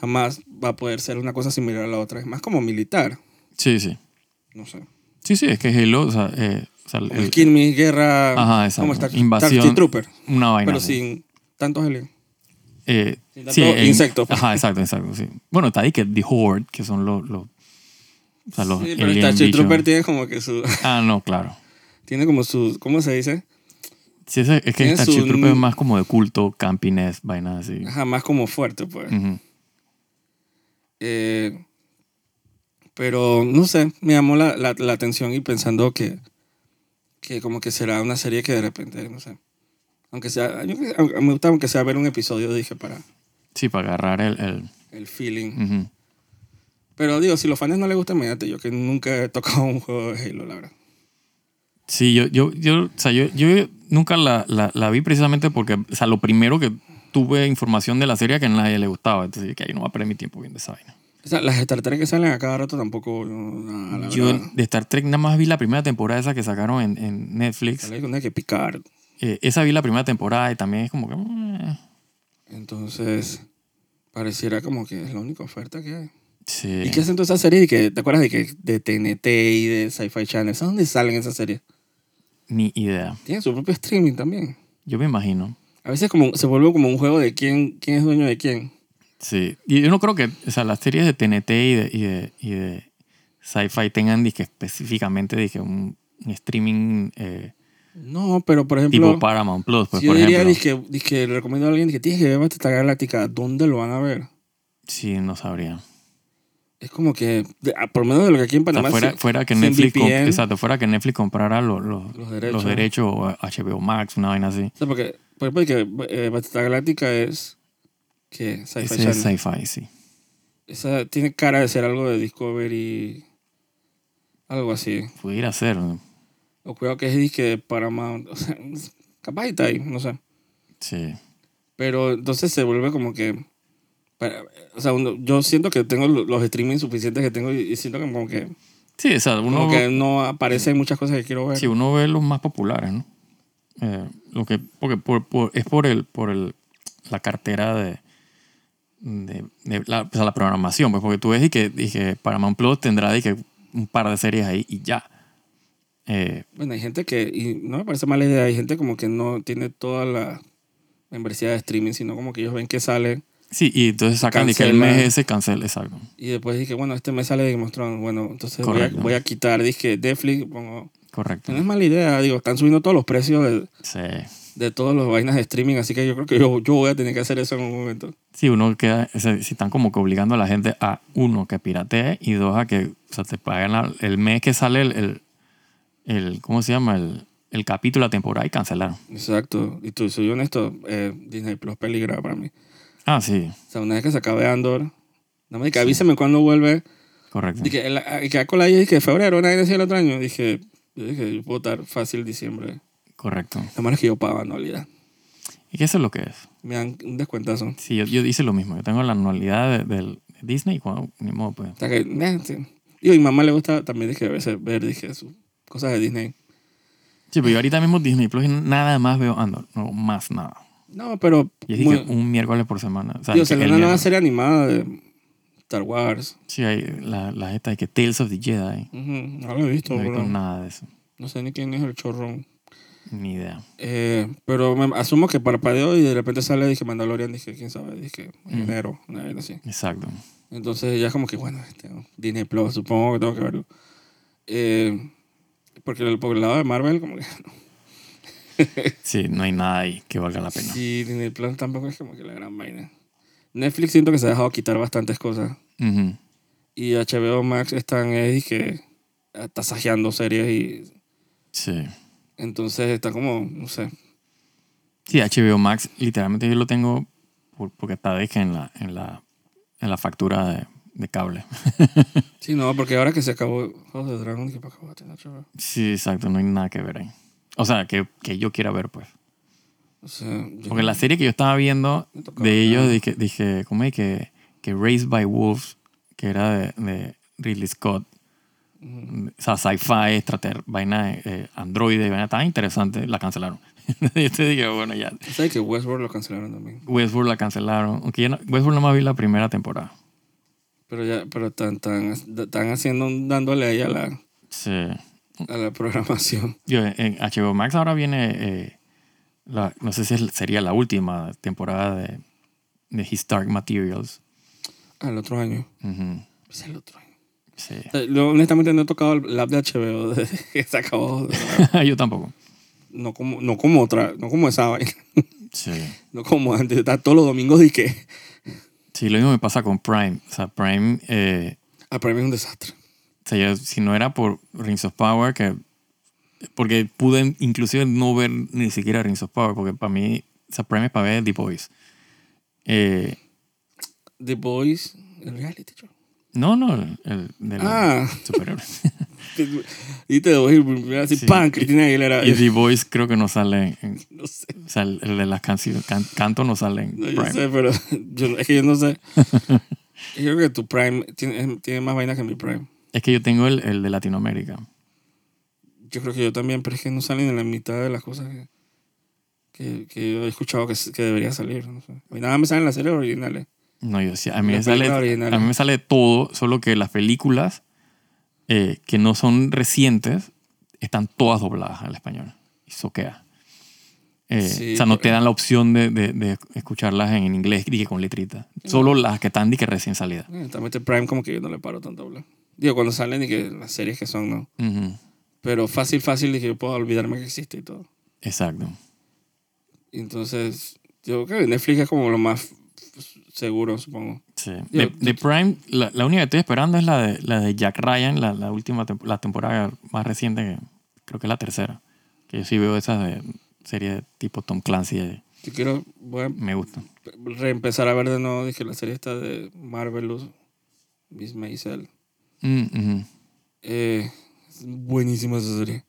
Speaker 1: jamás va a poder ser una cosa similar a la otra. Es más como militar.
Speaker 2: Sí, sí.
Speaker 1: No sé.
Speaker 2: Sí, sí, es que Halo, o sea, eh, o sea,
Speaker 1: El
Speaker 2: el-
Speaker 1: Kill Me, Guerra,
Speaker 2: Ajá, exacto.
Speaker 1: ¿cómo está?
Speaker 2: Invasión.
Speaker 1: Taxi Trooper,
Speaker 2: una vaina.
Speaker 1: pero
Speaker 2: así.
Speaker 1: sin tantos aliens.
Speaker 2: Eh,
Speaker 1: Sin tanto
Speaker 2: sí, en-
Speaker 1: insecto.
Speaker 2: Ajá, exacto, exacto, sí. Bueno, está ahí que The Horde, que son los... los o sea, los
Speaker 1: Sí, pero el
Speaker 2: alien
Speaker 1: Taxi
Speaker 2: bichos.
Speaker 1: Trooper tiene como que su...
Speaker 2: Ah, no, claro.
Speaker 1: Tiene como su... ¿Cómo se dice?
Speaker 2: Sí, ese- es que
Speaker 1: Tiene
Speaker 2: el
Speaker 1: su-
Speaker 2: Trooper es más como de culto, campines, vainas así.
Speaker 1: Ajá, más como fuerte, pues.
Speaker 2: Ujú.
Speaker 1: Eh, pero no sé, me llamó la, la- la atención y pensando que, que como que será una serie que de repente, no sé. Aunque sea, yo creo que- aunque- me gusta aunque sea ver un episodio, dije, para
Speaker 2: Sí, para agarrar el... el-
Speaker 1: el feeling.
Speaker 2: ujú.
Speaker 1: Pero digo, si los fans no les gusta, imagínate, yo que nunca he tocado un juego de Halo, la verdad.
Speaker 2: Sí, yo, yo, yo, o sea, yo, yo nunca la, la- la vi precisamente porque, o sea, lo primero que tuve información de la serie que a nadie le gustaba. Entonces, que ahí no va a perder mi tiempo viendo esa vaina.
Speaker 1: O sea, las estrategias que salen a cada rato tampoco, no, no, la
Speaker 2: Yo
Speaker 1: verdad.
Speaker 2: de Star Trek nada más vi la primera temporada esa que sacaron en, en Netflix.
Speaker 1: Sale con una que picar.
Speaker 2: Eh, esa vi la primera temporada y también es como que... eh,
Speaker 1: Entonces, pareciera como que es la única oferta que hay.
Speaker 2: sí.
Speaker 1: ¿Y qué hacen todas esas series? ¿Y que, ¿Te acuerdas de que de TNT y de Sci-Fi Channel? ¿Sabes dónde salen esas series?
Speaker 2: Ni idea.
Speaker 1: Tienen su propio streaming también.
Speaker 2: Yo me imagino.
Speaker 1: A veces como, se vuelve como un juego de quién, quién es dueño de quién.
Speaker 2: Sí. Y yo no creo que o sea, las series de TNT y de, y de, y de sci-fi tengan disque específicamente disque un, un streaming eh,
Speaker 1: No, pero por ejemplo,
Speaker 2: tipo Paramount Plus, pues,
Speaker 1: si yo
Speaker 2: por
Speaker 1: diría
Speaker 2: ejemplo.
Speaker 1: dizque- dizque le recomiendo a alguien que tienes que ver Battlestar Galáctica, ¿dónde lo van a ver?
Speaker 2: Sí, no sabría.
Speaker 1: Es como que, de- ah, por lo menos de lo que aquí en
Speaker 2: O sea,
Speaker 1: Panamá
Speaker 2: fuera,
Speaker 1: sí-
Speaker 2: fuera que
Speaker 1: sin
Speaker 2: Netflix comp-
Speaker 1: VPN.
Speaker 2: exacto, fuera que Netflix comprara los, los,
Speaker 1: los
Speaker 2: los
Speaker 1: derechos.
Speaker 2: derechos o HBO Max, una vaina así.
Speaker 1: O sea, porque, por ejemplo, que, eh, Battlestar Galáctica es que Sci-Fi
Speaker 2: Ese
Speaker 1: Channel.
Speaker 2: es sci-fi, sí.
Speaker 1: Esa tiene cara de ser algo de Discovery, algo así.
Speaker 2: Pudiera ser. ¿no?
Speaker 1: O cuidado que es disque de Paramount. O sea, capaz está ahí, no sé.
Speaker 2: Sí.
Speaker 1: Pero entonces se vuelve como que... para- o sea, uno- yo siento que tengo lo- los streaming suficientes que tengo y, y siento que como que,
Speaker 2: Sí, o sea, uno,
Speaker 1: como que no aparecen muchas cosas que quiero ver.
Speaker 2: si uno ve los más populares, ¿no? Eh, lo que, porque por- por- es por el, por el, la cartera de, de, de la, o sea, la programación, pues porque tú ves y que, y que Paramount Plus tendrá y que un par de series ahí y ya. Eh,
Speaker 1: Bueno, hay gente que... Y no me parece mala idea. Hay gente como que no tiene toda la membresía de streaming, sino como que ellos ven que sale
Speaker 2: sí, y entonces sacan y que el
Speaker 1: Cancela.
Speaker 2: mes ese cancel, exacto.
Speaker 1: y después dije, bueno, este me sale de Game of Thrones. Bueno, entonces voy a,
Speaker 2: Correcto.
Speaker 1: voy a quitar, dije, Netflix, pongo...
Speaker 2: Correcto.
Speaker 1: No es mala idea, digo, están subiendo todos los precios del...
Speaker 2: Sí.
Speaker 1: de todas las vainas de streaming, así que yo creo que yo, yo voy a tener que hacer eso en algún momento.
Speaker 2: Sí, uno queda, o sea, si están como que obligando a la gente a, uno, que piratee y dos, a que o sea, te paguen la- el mes que sale el, el, el- ¿cómo se llama? El, el capítulo, la temporada y cancelar.
Speaker 1: Exacto. Y tú, soy honesto, eh, Disney Plus peligra para mí.
Speaker 2: Ah, sí,
Speaker 1: O sea, una vez que se acabe Andor, no me que avísame cuando vuelve.
Speaker 2: correcto.
Speaker 1: Dije, el, el, que con la dije que febrero, una vez decía el otro año. Dije, yo dije, yo puedo estar fácil diciembre.
Speaker 2: Correcto.
Speaker 1: Lo malo es que yo pago anualidad.
Speaker 2: Y que eso es lo que es.
Speaker 1: Me dan un descuentazo.
Speaker 2: Sí, yo, yo hice lo mismo. Yo tengo la anualidad de- del Disney y cuando, ni modo, pues.
Speaker 1: O sea que, eh, sí. Digo, y a mi mamá le gusta también, dije, a veces ver, dije, sus cosas de Disney.
Speaker 2: Sí, pero yo ahorita mismo Disney Plus y nada más veo Andor. No, más nada.
Speaker 1: No, pero...
Speaker 2: Y es
Speaker 1: muy-
Speaker 2: que un miércoles por semana. O sea,
Speaker 1: digo,
Speaker 2: que
Speaker 1: salió
Speaker 2: el
Speaker 1: una nueva
Speaker 2: viernes-
Speaker 1: serie animada de Star Wars.
Speaker 2: Sí, hay la, la esta de que Tales of the Jedi.
Speaker 1: Ujú, No lo he visto,
Speaker 2: No he visto
Speaker 1: bro.
Speaker 2: nada de eso.
Speaker 1: No sé ni quién es el chorrón.
Speaker 2: Ni idea.
Speaker 1: Eh, pero me- asumo que parpadeo y de repente sale, dije Mandalorian, dije, quién sabe, dije enero, una vez así.
Speaker 2: Exacto.
Speaker 1: Entonces ya como que, bueno, este, Disney Plus, supongo que tengo que verlo. Eh, porque el, por el lado de Marvel, como que no.
Speaker 2: Sí, no hay nada ahí que valga la pena.
Speaker 1: Sí, Disney Plus tampoco es como que la gran vaina. Netflix siento que se ha dejado quitar bastantes cosas.
Speaker 2: Ujú.
Speaker 1: Y HBO Max están, eh, dije, tasajeando series y
Speaker 2: Sí.
Speaker 1: entonces está como, no sé,
Speaker 2: Sí, HBO Max, literalmente yo lo tengo por- porque está de que en la, en la, en la factura de, de cable.
Speaker 1: Sí, no, porque ahora que se acabó House of the Dragon, que para acá voy a tener otra vez.
Speaker 2: Sí, exacto, no hay nada que ver ahí. O sea, que, que yo quiera ver, pues.
Speaker 1: O sea, yo-
Speaker 2: Porque la serie que yo estaba viendo
Speaker 1: No tocaba
Speaker 2: de ellos,
Speaker 1: nada.
Speaker 2: dije, dije ¿cómo es que, que Raised by Wolves, que era de, de Ridley Scott,
Speaker 1: Ujú.
Speaker 2: o sea, sci-fi, extrater, vaina, eh, androide, vaina tan interesante, la cancelaron. yo te dije, bueno, ya.
Speaker 1: ¿Sabes que Westworld lo cancelaron también?
Speaker 2: Westworld la cancelaron. Aunque yo no, Westworld no más vi la primera temporada.
Speaker 1: Pero ya, pero están, están, están haciendo, un- dándole ahí a la...
Speaker 2: Sí.
Speaker 1: a la programación.
Speaker 2: Yo, en HBO Max ahora viene, eh, la- no sé si es- sería la última temporada de, de His Dark Materials.
Speaker 1: Al otro año.
Speaker 2: Ujú,
Speaker 1: Es el otro año.
Speaker 2: sí.
Speaker 1: Eh, Yo honestamente no he tocado el lab de HBO desde que se acabó. O sea,
Speaker 2: Yo tampoco.
Speaker 1: No como, no como otra, no como esa vaina.
Speaker 2: Sí.
Speaker 1: No como antes, está todos los domingos y que.
Speaker 2: Sí, lo mismo me pasa con Prime. O sea, Prime, eh,
Speaker 1: Ah, para mí es un desastre.
Speaker 2: o sea, yo, si no era por Rings of Power, que porque pude inclusive no ver ni siquiera Rings of Power, porque para mí, o sea, Prime es para ver The Boys. Eh,
Speaker 1: The Boys, el reality show.
Speaker 2: no, no, el, el de la
Speaker 1: Ah,
Speaker 2: superhéroe.
Speaker 1: y te doy primero así,
Speaker 2: Sí.
Speaker 1: ¡pam! Cristina Aguilera.
Speaker 2: Y The Boys creo que no sale en-
Speaker 1: no sé,
Speaker 2: O sea, el, el de las canciones, canto no sale en
Speaker 1: no, yo
Speaker 2: Prime.
Speaker 1: sé, pero yo- es que yo no sé. Yo creo que tu Prime tiene, tiene más vaina que mi Prime.
Speaker 2: Es que yo tengo el, el de Latinoamérica.
Speaker 1: Yo creo que yo también, pero es que no salen en la mitad de las cosas que, que, que yo he escuchado que, que debería salir. no sé. A mí nada me salen las series originales.
Speaker 2: No, yo sí, a mí,
Speaker 1: Las
Speaker 2: me sale,
Speaker 1: películas originales.
Speaker 2: a mí me sale todo, solo que las películas eh, que no son recientes están todas dobladas al español. Y soquea. Eh,
Speaker 1: Sí,
Speaker 2: o sea, no
Speaker 1: pero-
Speaker 2: te dan la opción de, de- de escucharlas en inglés dije, con letrita. Solo las que están dije, recién salidas.
Speaker 1: Eh, También este Prime como que yo no le paro tanto a hablar. Digo, cuando salen y que las series que son, no.
Speaker 2: Ujú,
Speaker 1: Pero fácil, fácil, y que yo puedo olvidarme que existe y todo.
Speaker 2: Exacto.
Speaker 1: Y Entonces, yo creo que Netflix es como lo más f- seguro, supongo.
Speaker 2: Sí.
Speaker 1: Yo-
Speaker 2: De, de Prime, la, la única que estoy esperando es la de, la de Jack Ryan, la, la última temp- la temporada más reciente, que creo que es la tercera. Que yo sí veo esas de serie de tipo Tom Clancy, eh,
Speaker 1: Yo quiero, voy a
Speaker 2: me gusta.
Speaker 1: reempezar a ver de nuevo, dije, la serie esta de Marvelous, Miss Maisel.
Speaker 2: Mm, ujú.
Speaker 1: Eh, es buenísima esa serie.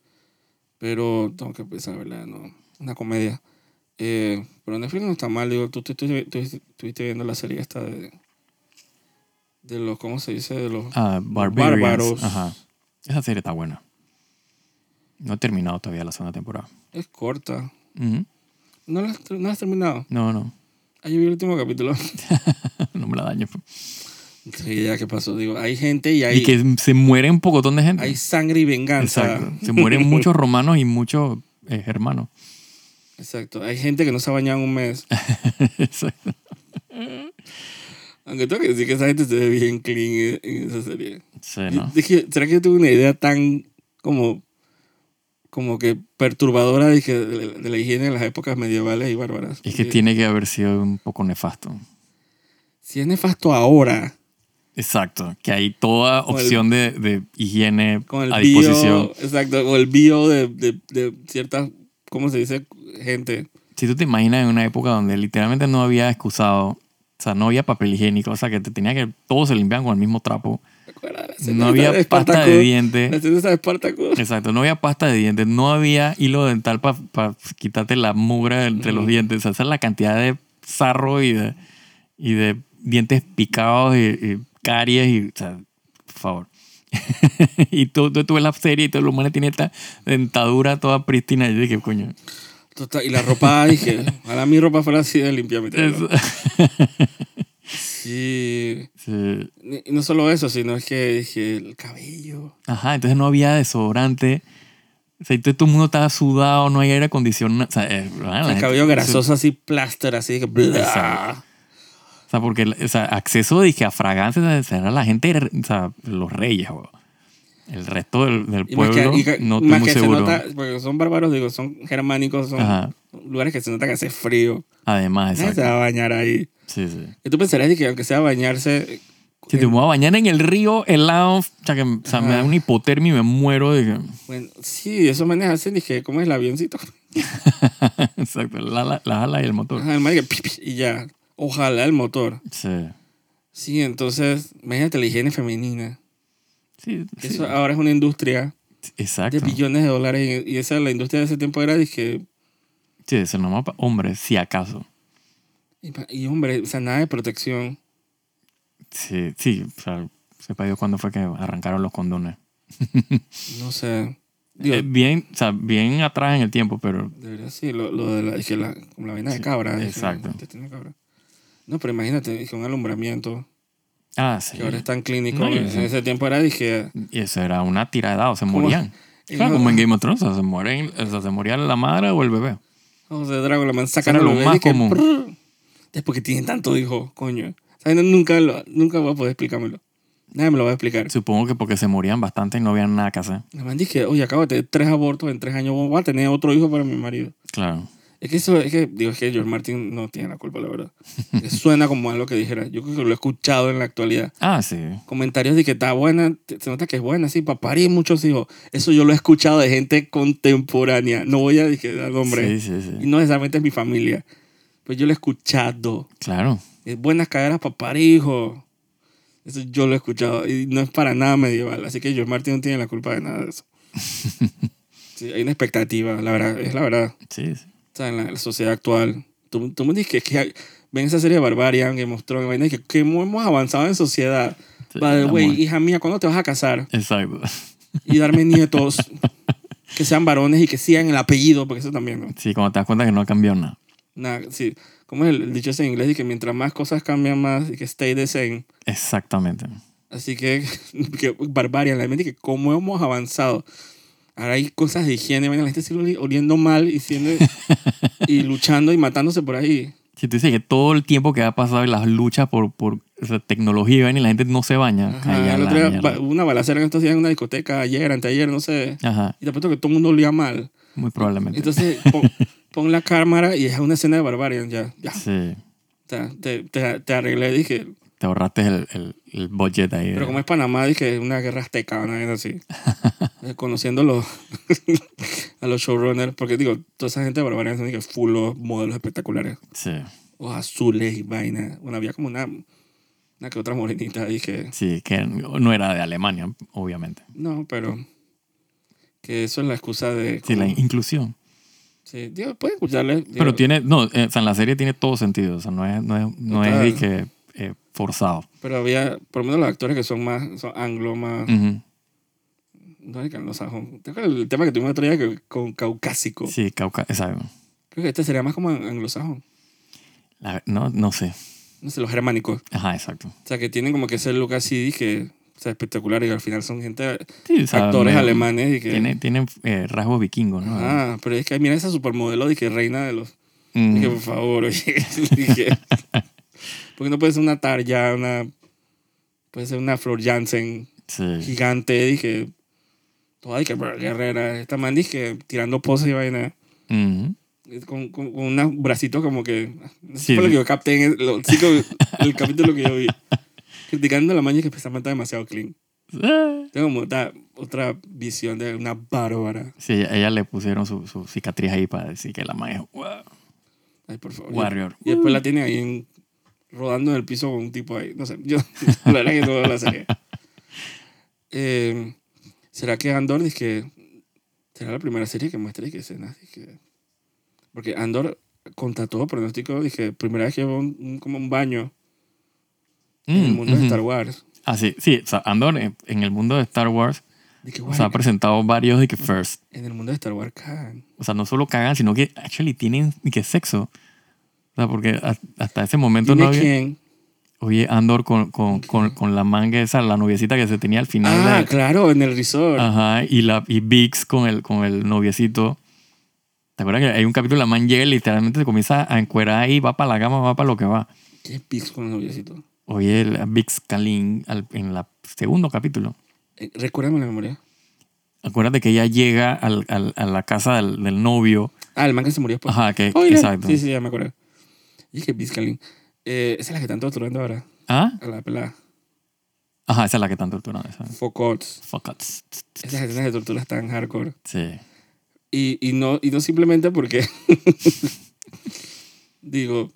Speaker 1: Pero tengo que empezar a verla de nuevo. Una comedia. Eh, pero Netflix no está mal, digo, tú tú- tú- tú- tú- tú estuviste viendo la serie esta de... De los, ¿cómo se dice? De los...
Speaker 2: Ah, Barbarians.
Speaker 1: Bárbaros.
Speaker 2: Ajá. Esa serie está buena. No he terminado todavía la segunda temporada.
Speaker 1: Es corta.
Speaker 2: Ujú.
Speaker 1: ¿No la, has ter- no la has terminado?
Speaker 2: No, no.
Speaker 1: Ahí vi el último capítulo.
Speaker 2: no me la daño. pues.
Speaker 1: Sí, ya qué pasó. Digo, hay gente y hay,
Speaker 2: Y que se muere un pocotón de gente.
Speaker 1: hay sangre y venganza.
Speaker 2: Exacto. Se mueren muchos romanos y muchos eh, hermanos.
Speaker 1: Exacto. Hay gente que no se ha bañado en un mes.
Speaker 2: Exacto.
Speaker 1: Aunque tengo que decir que esa gente se ve bien clean en, en esa serie.
Speaker 2: Sí, ¿no?
Speaker 1: Dije, ¿será que yo tuve una idea tan como, como que perturbadora de, que- de la- de la higiene en las épocas medievales y bárbaras?
Speaker 2: Es que
Speaker 1: Porque
Speaker 2: tiene que haber sido un poco nefasto.
Speaker 1: Si es nefasto ahora,
Speaker 2: Exacto, que hay toda
Speaker 1: Con el-
Speaker 2: opción de, de higiene
Speaker 1: con el
Speaker 2: a disposición.
Speaker 1: bio, exacto, con el bio de, de, de ciertas, ¿cómo se dice? Gente.
Speaker 2: Si tú te imaginas en una época donde literalmente no había excusado, o sea, no había papel higiénico, o sea, que te tenía que todos se limpiaban con el mismo trapo,
Speaker 1: ¿Te acuerdas? La escena
Speaker 2: no había
Speaker 1: esa
Speaker 2: pasta
Speaker 1: Espartaco?
Speaker 2: de
Speaker 1: La
Speaker 2: dientes,
Speaker 1: escena esa de Espartaco.
Speaker 2: exacto, no había pasta de dientes, no había hilo dental para quitarte la mugre entre los
Speaker 1: Ujú.
Speaker 2: dientes, o sea, esa es la cantidad de sarro y de, y de dientes picados y, y caries y, o sea, por favor. y tú, tú, tú ves la serie y todo el humano tiene esta dentadura toda prístina. Y yo dije, coño.
Speaker 1: Total, y la ropa, dije, ojalá mi ropa fuera así de limpia. mi
Speaker 2: es-
Speaker 1: teléfono. Sí.
Speaker 2: Sí.
Speaker 1: Ni- Y no solo eso, sino es que dije, el cabello.
Speaker 2: Ajá, entonces no había desodorante. O sea, y todo todo el mundo estaba sudado, no hay aire acondicionado. O sea, eh, bueno, la
Speaker 1: el
Speaker 2: gente-
Speaker 1: cabello grasoso así, plaster, así que...
Speaker 2: Exacto. O sea, porque o sea, acceso dije, a fragancias o sea, era la gente, o sea, los reyes, güey. El resto del, del
Speaker 1: Y más
Speaker 2: pueblo,
Speaker 1: que, y que-
Speaker 2: no estoy
Speaker 1: más
Speaker 2: muy
Speaker 1: que se
Speaker 2: seguro.
Speaker 1: nota, porque son bárbaros, digo, son germánicos, son
Speaker 2: Ajá.
Speaker 1: lugares que se nota que hace frío.
Speaker 2: Además,
Speaker 1: Nadie se
Speaker 2: exacto.
Speaker 1: va a bañar ahí.
Speaker 2: Sí, sí.
Speaker 1: Y tú pensarías que aunque sea bañarse...
Speaker 2: Si te
Speaker 1: en-
Speaker 2: voy a bañar en el río helado, o sea, que, o sea, me da
Speaker 1: eh. Ajá.
Speaker 2: una hipotermia y me muero. dije.
Speaker 1: bueno, sí, eso maneja así, dije, ¿cómo es el avioncito?
Speaker 2: Exacto, la, la, la ala y el motor.
Speaker 1: Ajá, el man, dije, "Pi, pi", y ya. Ojalá el motor.
Speaker 2: Sí.
Speaker 1: Sí, entonces, imagínate la higiene femenina.
Speaker 2: Sí,
Speaker 1: Que
Speaker 2: sí.
Speaker 1: Eso ahora es una industria de
Speaker 2: Exacto.
Speaker 1: billones de dólares. Y y esa la industria de ese tiempo era, dije,
Speaker 2: Sí, eso nomás para hombres, si acaso.
Speaker 1: y, pa- y hombre, o sea, nada de protección.
Speaker 2: Sí, sí, o sea, sepa Dios cuándo fue que arrancaron los condones.
Speaker 1: No sé. Digo,
Speaker 2: Eh, bien, o sea, bien atrás en el tiempo, pero
Speaker 1: debería sí, lo, lo de la, dije, la, como la vaina de
Speaker 2: Sí,
Speaker 1: cabra. dije,
Speaker 2: exacto.
Speaker 1: "Te tiene cabra". No, pero imagínate, dije, un alumbramiento.
Speaker 2: Ah, sí.
Speaker 1: que ahora es tan clínico.
Speaker 2: No, y-
Speaker 1: en ese tiempo era, dije,
Speaker 2: Y eso era una tirada, o se
Speaker 1: ¿Cómo?
Speaker 2: morían.
Speaker 1: Y
Speaker 2: Claro,
Speaker 1: no-
Speaker 2: como en Game of Thrones, o sea, se, mueren, o sea, se moría la madre o el bebé.
Speaker 1: vamos de Dragon, la man sacan
Speaker 2: Era
Speaker 1: a
Speaker 2: lo
Speaker 1: los
Speaker 2: más
Speaker 1: bebés, dije,
Speaker 2: común.
Speaker 1: "Prr". Es porque tienen tanto hijo, coño. O sea, no- nunca, lo- nunca voy a poder explicármelo. Nadie me lo va a explicar.
Speaker 2: Supongo que porque se morían bastante y no había nada que hacer.
Speaker 1: La man dije, oye, acabo de tener tres abortos en tres años, voy a tener otro hijo para mi marido.
Speaker 2: Claro.
Speaker 1: Es que eso, es que, digo, es que George Martin no tiene la culpa, la verdad. Que suena como algo que dijera. Yo creo que lo he escuchado en la actualidad.
Speaker 2: Ah, sí.
Speaker 1: Comentarios de que está buena, te- se nota que es buena, sí, para parir muchos hijos. Eso yo lo he escuchado de gente contemporánea. No voy a dije, dar nombre.
Speaker 2: Sí, sí, sí.
Speaker 1: Y no necesariamente es mi familia. Pues yo lo he escuchado.
Speaker 2: Claro.
Speaker 1: Es buenas caderas para parir, hijo. Eso yo lo he escuchado. Y no es para nada medieval. Así que George Martin no tiene la culpa de nada de eso. Sí, hay una expectativa, la verdad, es la verdad
Speaker 2: Sí, sí.
Speaker 1: o sea, en la, la sociedad actual. Tú, tú me dices que, que ven esa serie de Barbarian, Game of Thrones, vaina, que, que hemos avanzado en sociedad.
Speaker 2: Sí,
Speaker 1: By the
Speaker 2: estamos-
Speaker 1: way, hija mía, ¿cuándo te vas a casar
Speaker 2: Exacto.
Speaker 1: y darme nietos que sean varones y que sigan el apellido? Porque eso también, ¿no?
Speaker 2: Sí, cuando te das cuenta que no ha cambiado nada.
Speaker 1: Nada, sí. ¿Cómo es el, el dicho ese en inglés? Y que mientras más cosas cambian más y que stay the same.
Speaker 2: Exactamente.
Speaker 1: Así que, que Barbarian, la mente que cómo hemos avanzado. Ahora hay cosas de higiene, vaina, la gente sigue oli- oliendo mal y, siendo, y luchando y matándose por ahí.
Speaker 2: Si tú dices que todo el tiempo que ha pasado en las luchas por, por o sea, tecnología y la gente no se baña.
Speaker 1: Ajá,
Speaker 2: Ay, ya
Speaker 1: el
Speaker 2: la
Speaker 1: otro día
Speaker 2: mierda.
Speaker 1: ba- hubo una balacera en estos días en una discoteca, ayer, anteayer, no sé.
Speaker 2: Ajá,
Speaker 1: Y te apuesto que todo el mundo olía mal.
Speaker 2: muy probablemente.
Speaker 1: Entonces, pon, pon la cámara y es una escena de Barbarian, ya. ya.
Speaker 2: Sí,
Speaker 1: O sea, te, te, te arreglé, dije.
Speaker 2: te ahorraste el, el, el budget ahí.
Speaker 1: Pero como es Panamá, dije, es una guerra azteca, una vez así. Eh, Conociendo los, a los showrunners, porque digo, toda esa gente de Barbarian son dije, full los modelos espectaculares.
Speaker 2: Sí,
Speaker 1: Ojos azules y vaina. Bueno, había como una, una que otra morenita, dije.
Speaker 2: sí, que no era de Alemania, obviamente.
Speaker 1: No, pero que eso es la excusa de...
Speaker 2: Sí, la
Speaker 1: como-
Speaker 2: inclusión.
Speaker 1: sí, digo, puede escucharle. digo,
Speaker 2: Pero tiene, no, eh, o sea, en la serie tiene todo sentido. O sea, no es, no es, no es
Speaker 1: Total.
Speaker 2: de que eh, forzado.
Speaker 1: pero había, por lo menos los actores que son más, son anglo, más...
Speaker 2: Ujú.
Speaker 1: No hay que anglosajón. Creo que el tema que tuvimos otro día que, con caucásico.
Speaker 2: Sí, cauca, exacto.
Speaker 1: Creo que este sería más como an- anglosajón.
Speaker 2: La- no, no sé.
Speaker 1: No sé, los germánicos.
Speaker 2: Ajá, exacto.
Speaker 1: O sea, que tienen como que ese look así, dije, o sea, espectacular. Y al final son gente, eh,
Speaker 2: Sí, o sea,
Speaker 1: actores
Speaker 2: me-
Speaker 1: alemanes. Y que,
Speaker 2: Tiene, tienen eh, rasgos vikingos, ¿no?
Speaker 1: Ah, pero es que mira esa supermodelo, dije, reina de los...
Speaker 2: Ujú.
Speaker 1: Dije, por favor, oye. dije, porque no puede ser una Tarja, una. Puede ser una Flor Jansen
Speaker 2: Sí.
Speaker 1: gigante. Dije, toda dije, "Brr, guerrera. Esta man dije, tirando pose y vaina.
Speaker 2: Ujú.
Speaker 1: Con, con, con unos bracitos como que. Eso
Speaker 2: Sí,
Speaker 1: fue lo
Speaker 2: sí.
Speaker 1: que yo capté en el, lo- sí que- el capítulo que yo vi. Criticando la maña que precisamente está demasiado clean.
Speaker 2: Ah.
Speaker 1: Tengo como otra, otra visión de una bárbara.
Speaker 2: Sí, ella, ella le pusieron su, su cicatriz ahí para decir que la man es wa-
Speaker 1: Ay, por favor.
Speaker 2: warrior.
Speaker 1: Y después la tiene ahí en- rodando en el piso con un tipo ahí. No sé, yo la verdad que no veo la serie. Eh, ¿Será que Andor dice que será la primera serie que muestre que escenas? dizque? Porque Andor, contra todo pronóstico, dije, primera vez que veo un, un- como un baño en el
Speaker 2: Mm,
Speaker 1: mundo de
Speaker 2: ujú.
Speaker 1: Star Wars.
Speaker 2: Ah, sí, sí, o sea, Andor en, en el mundo de Star Wars
Speaker 1: Dije,
Speaker 2: o sea, ha
Speaker 1: "Guay,
Speaker 2: presentado varios de que first.
Speaker 1: en el mundo de Star Wars, cagan.
Speaker 2: O sea, no solo cagan, sino que actually tienen y que sexo. O sea, porque ha- hasta ese momento
Speaker 1: Dime
Speaker 2: no había.
Speaker 1: quién.
Speaker 2: Oye, Andor con, con, con, con la manga esa, la noviecita que se tenía al final
Speaker 1: Ah,
Speaker 2: de.
Speaker 1: claro, en el resort.
Speaker 2: Ajá, y, la, y Vix con el, con el noviecito. ¿Te acuerdas que hay un capítulo la man llega y literalmente se comienza a encuerar ahí, va para la gama, va para lo que va?
Speaker 1: ¿Qué piso con el noviecito?
Speaker 2: Oye, el- Vix Kalin al- en el segundo capítulo.
Speaker 1: Eh, Recuérdame la memoria.
Speaker 2: Acuérdate que ella llega al- al- a la casa del, del novio.
Speaker 1: Ah, el man que se murió después.
Speaker 2: Ajá, que.
Speaker 1: Oye,
Speaker 2: exacto.
Speaker 1: Oh, Sí, sí, ya me acuerdo. Dije Biscalín. Eh, esa es la que están torturando ahora.
Speaker 2: ¿Ah?
Speaker 1: A la pelada.
Speaker 2: Ajá, esa es la que están torturando. Esa.
Speaker 1: Focots.
Speaker 2: Fuck it.
Speaker 1: Esas escenas de tortura están hardcore.
Speaker 2: Sí.
Speaker 1: Y, y, no, y no simplemente porque. digo,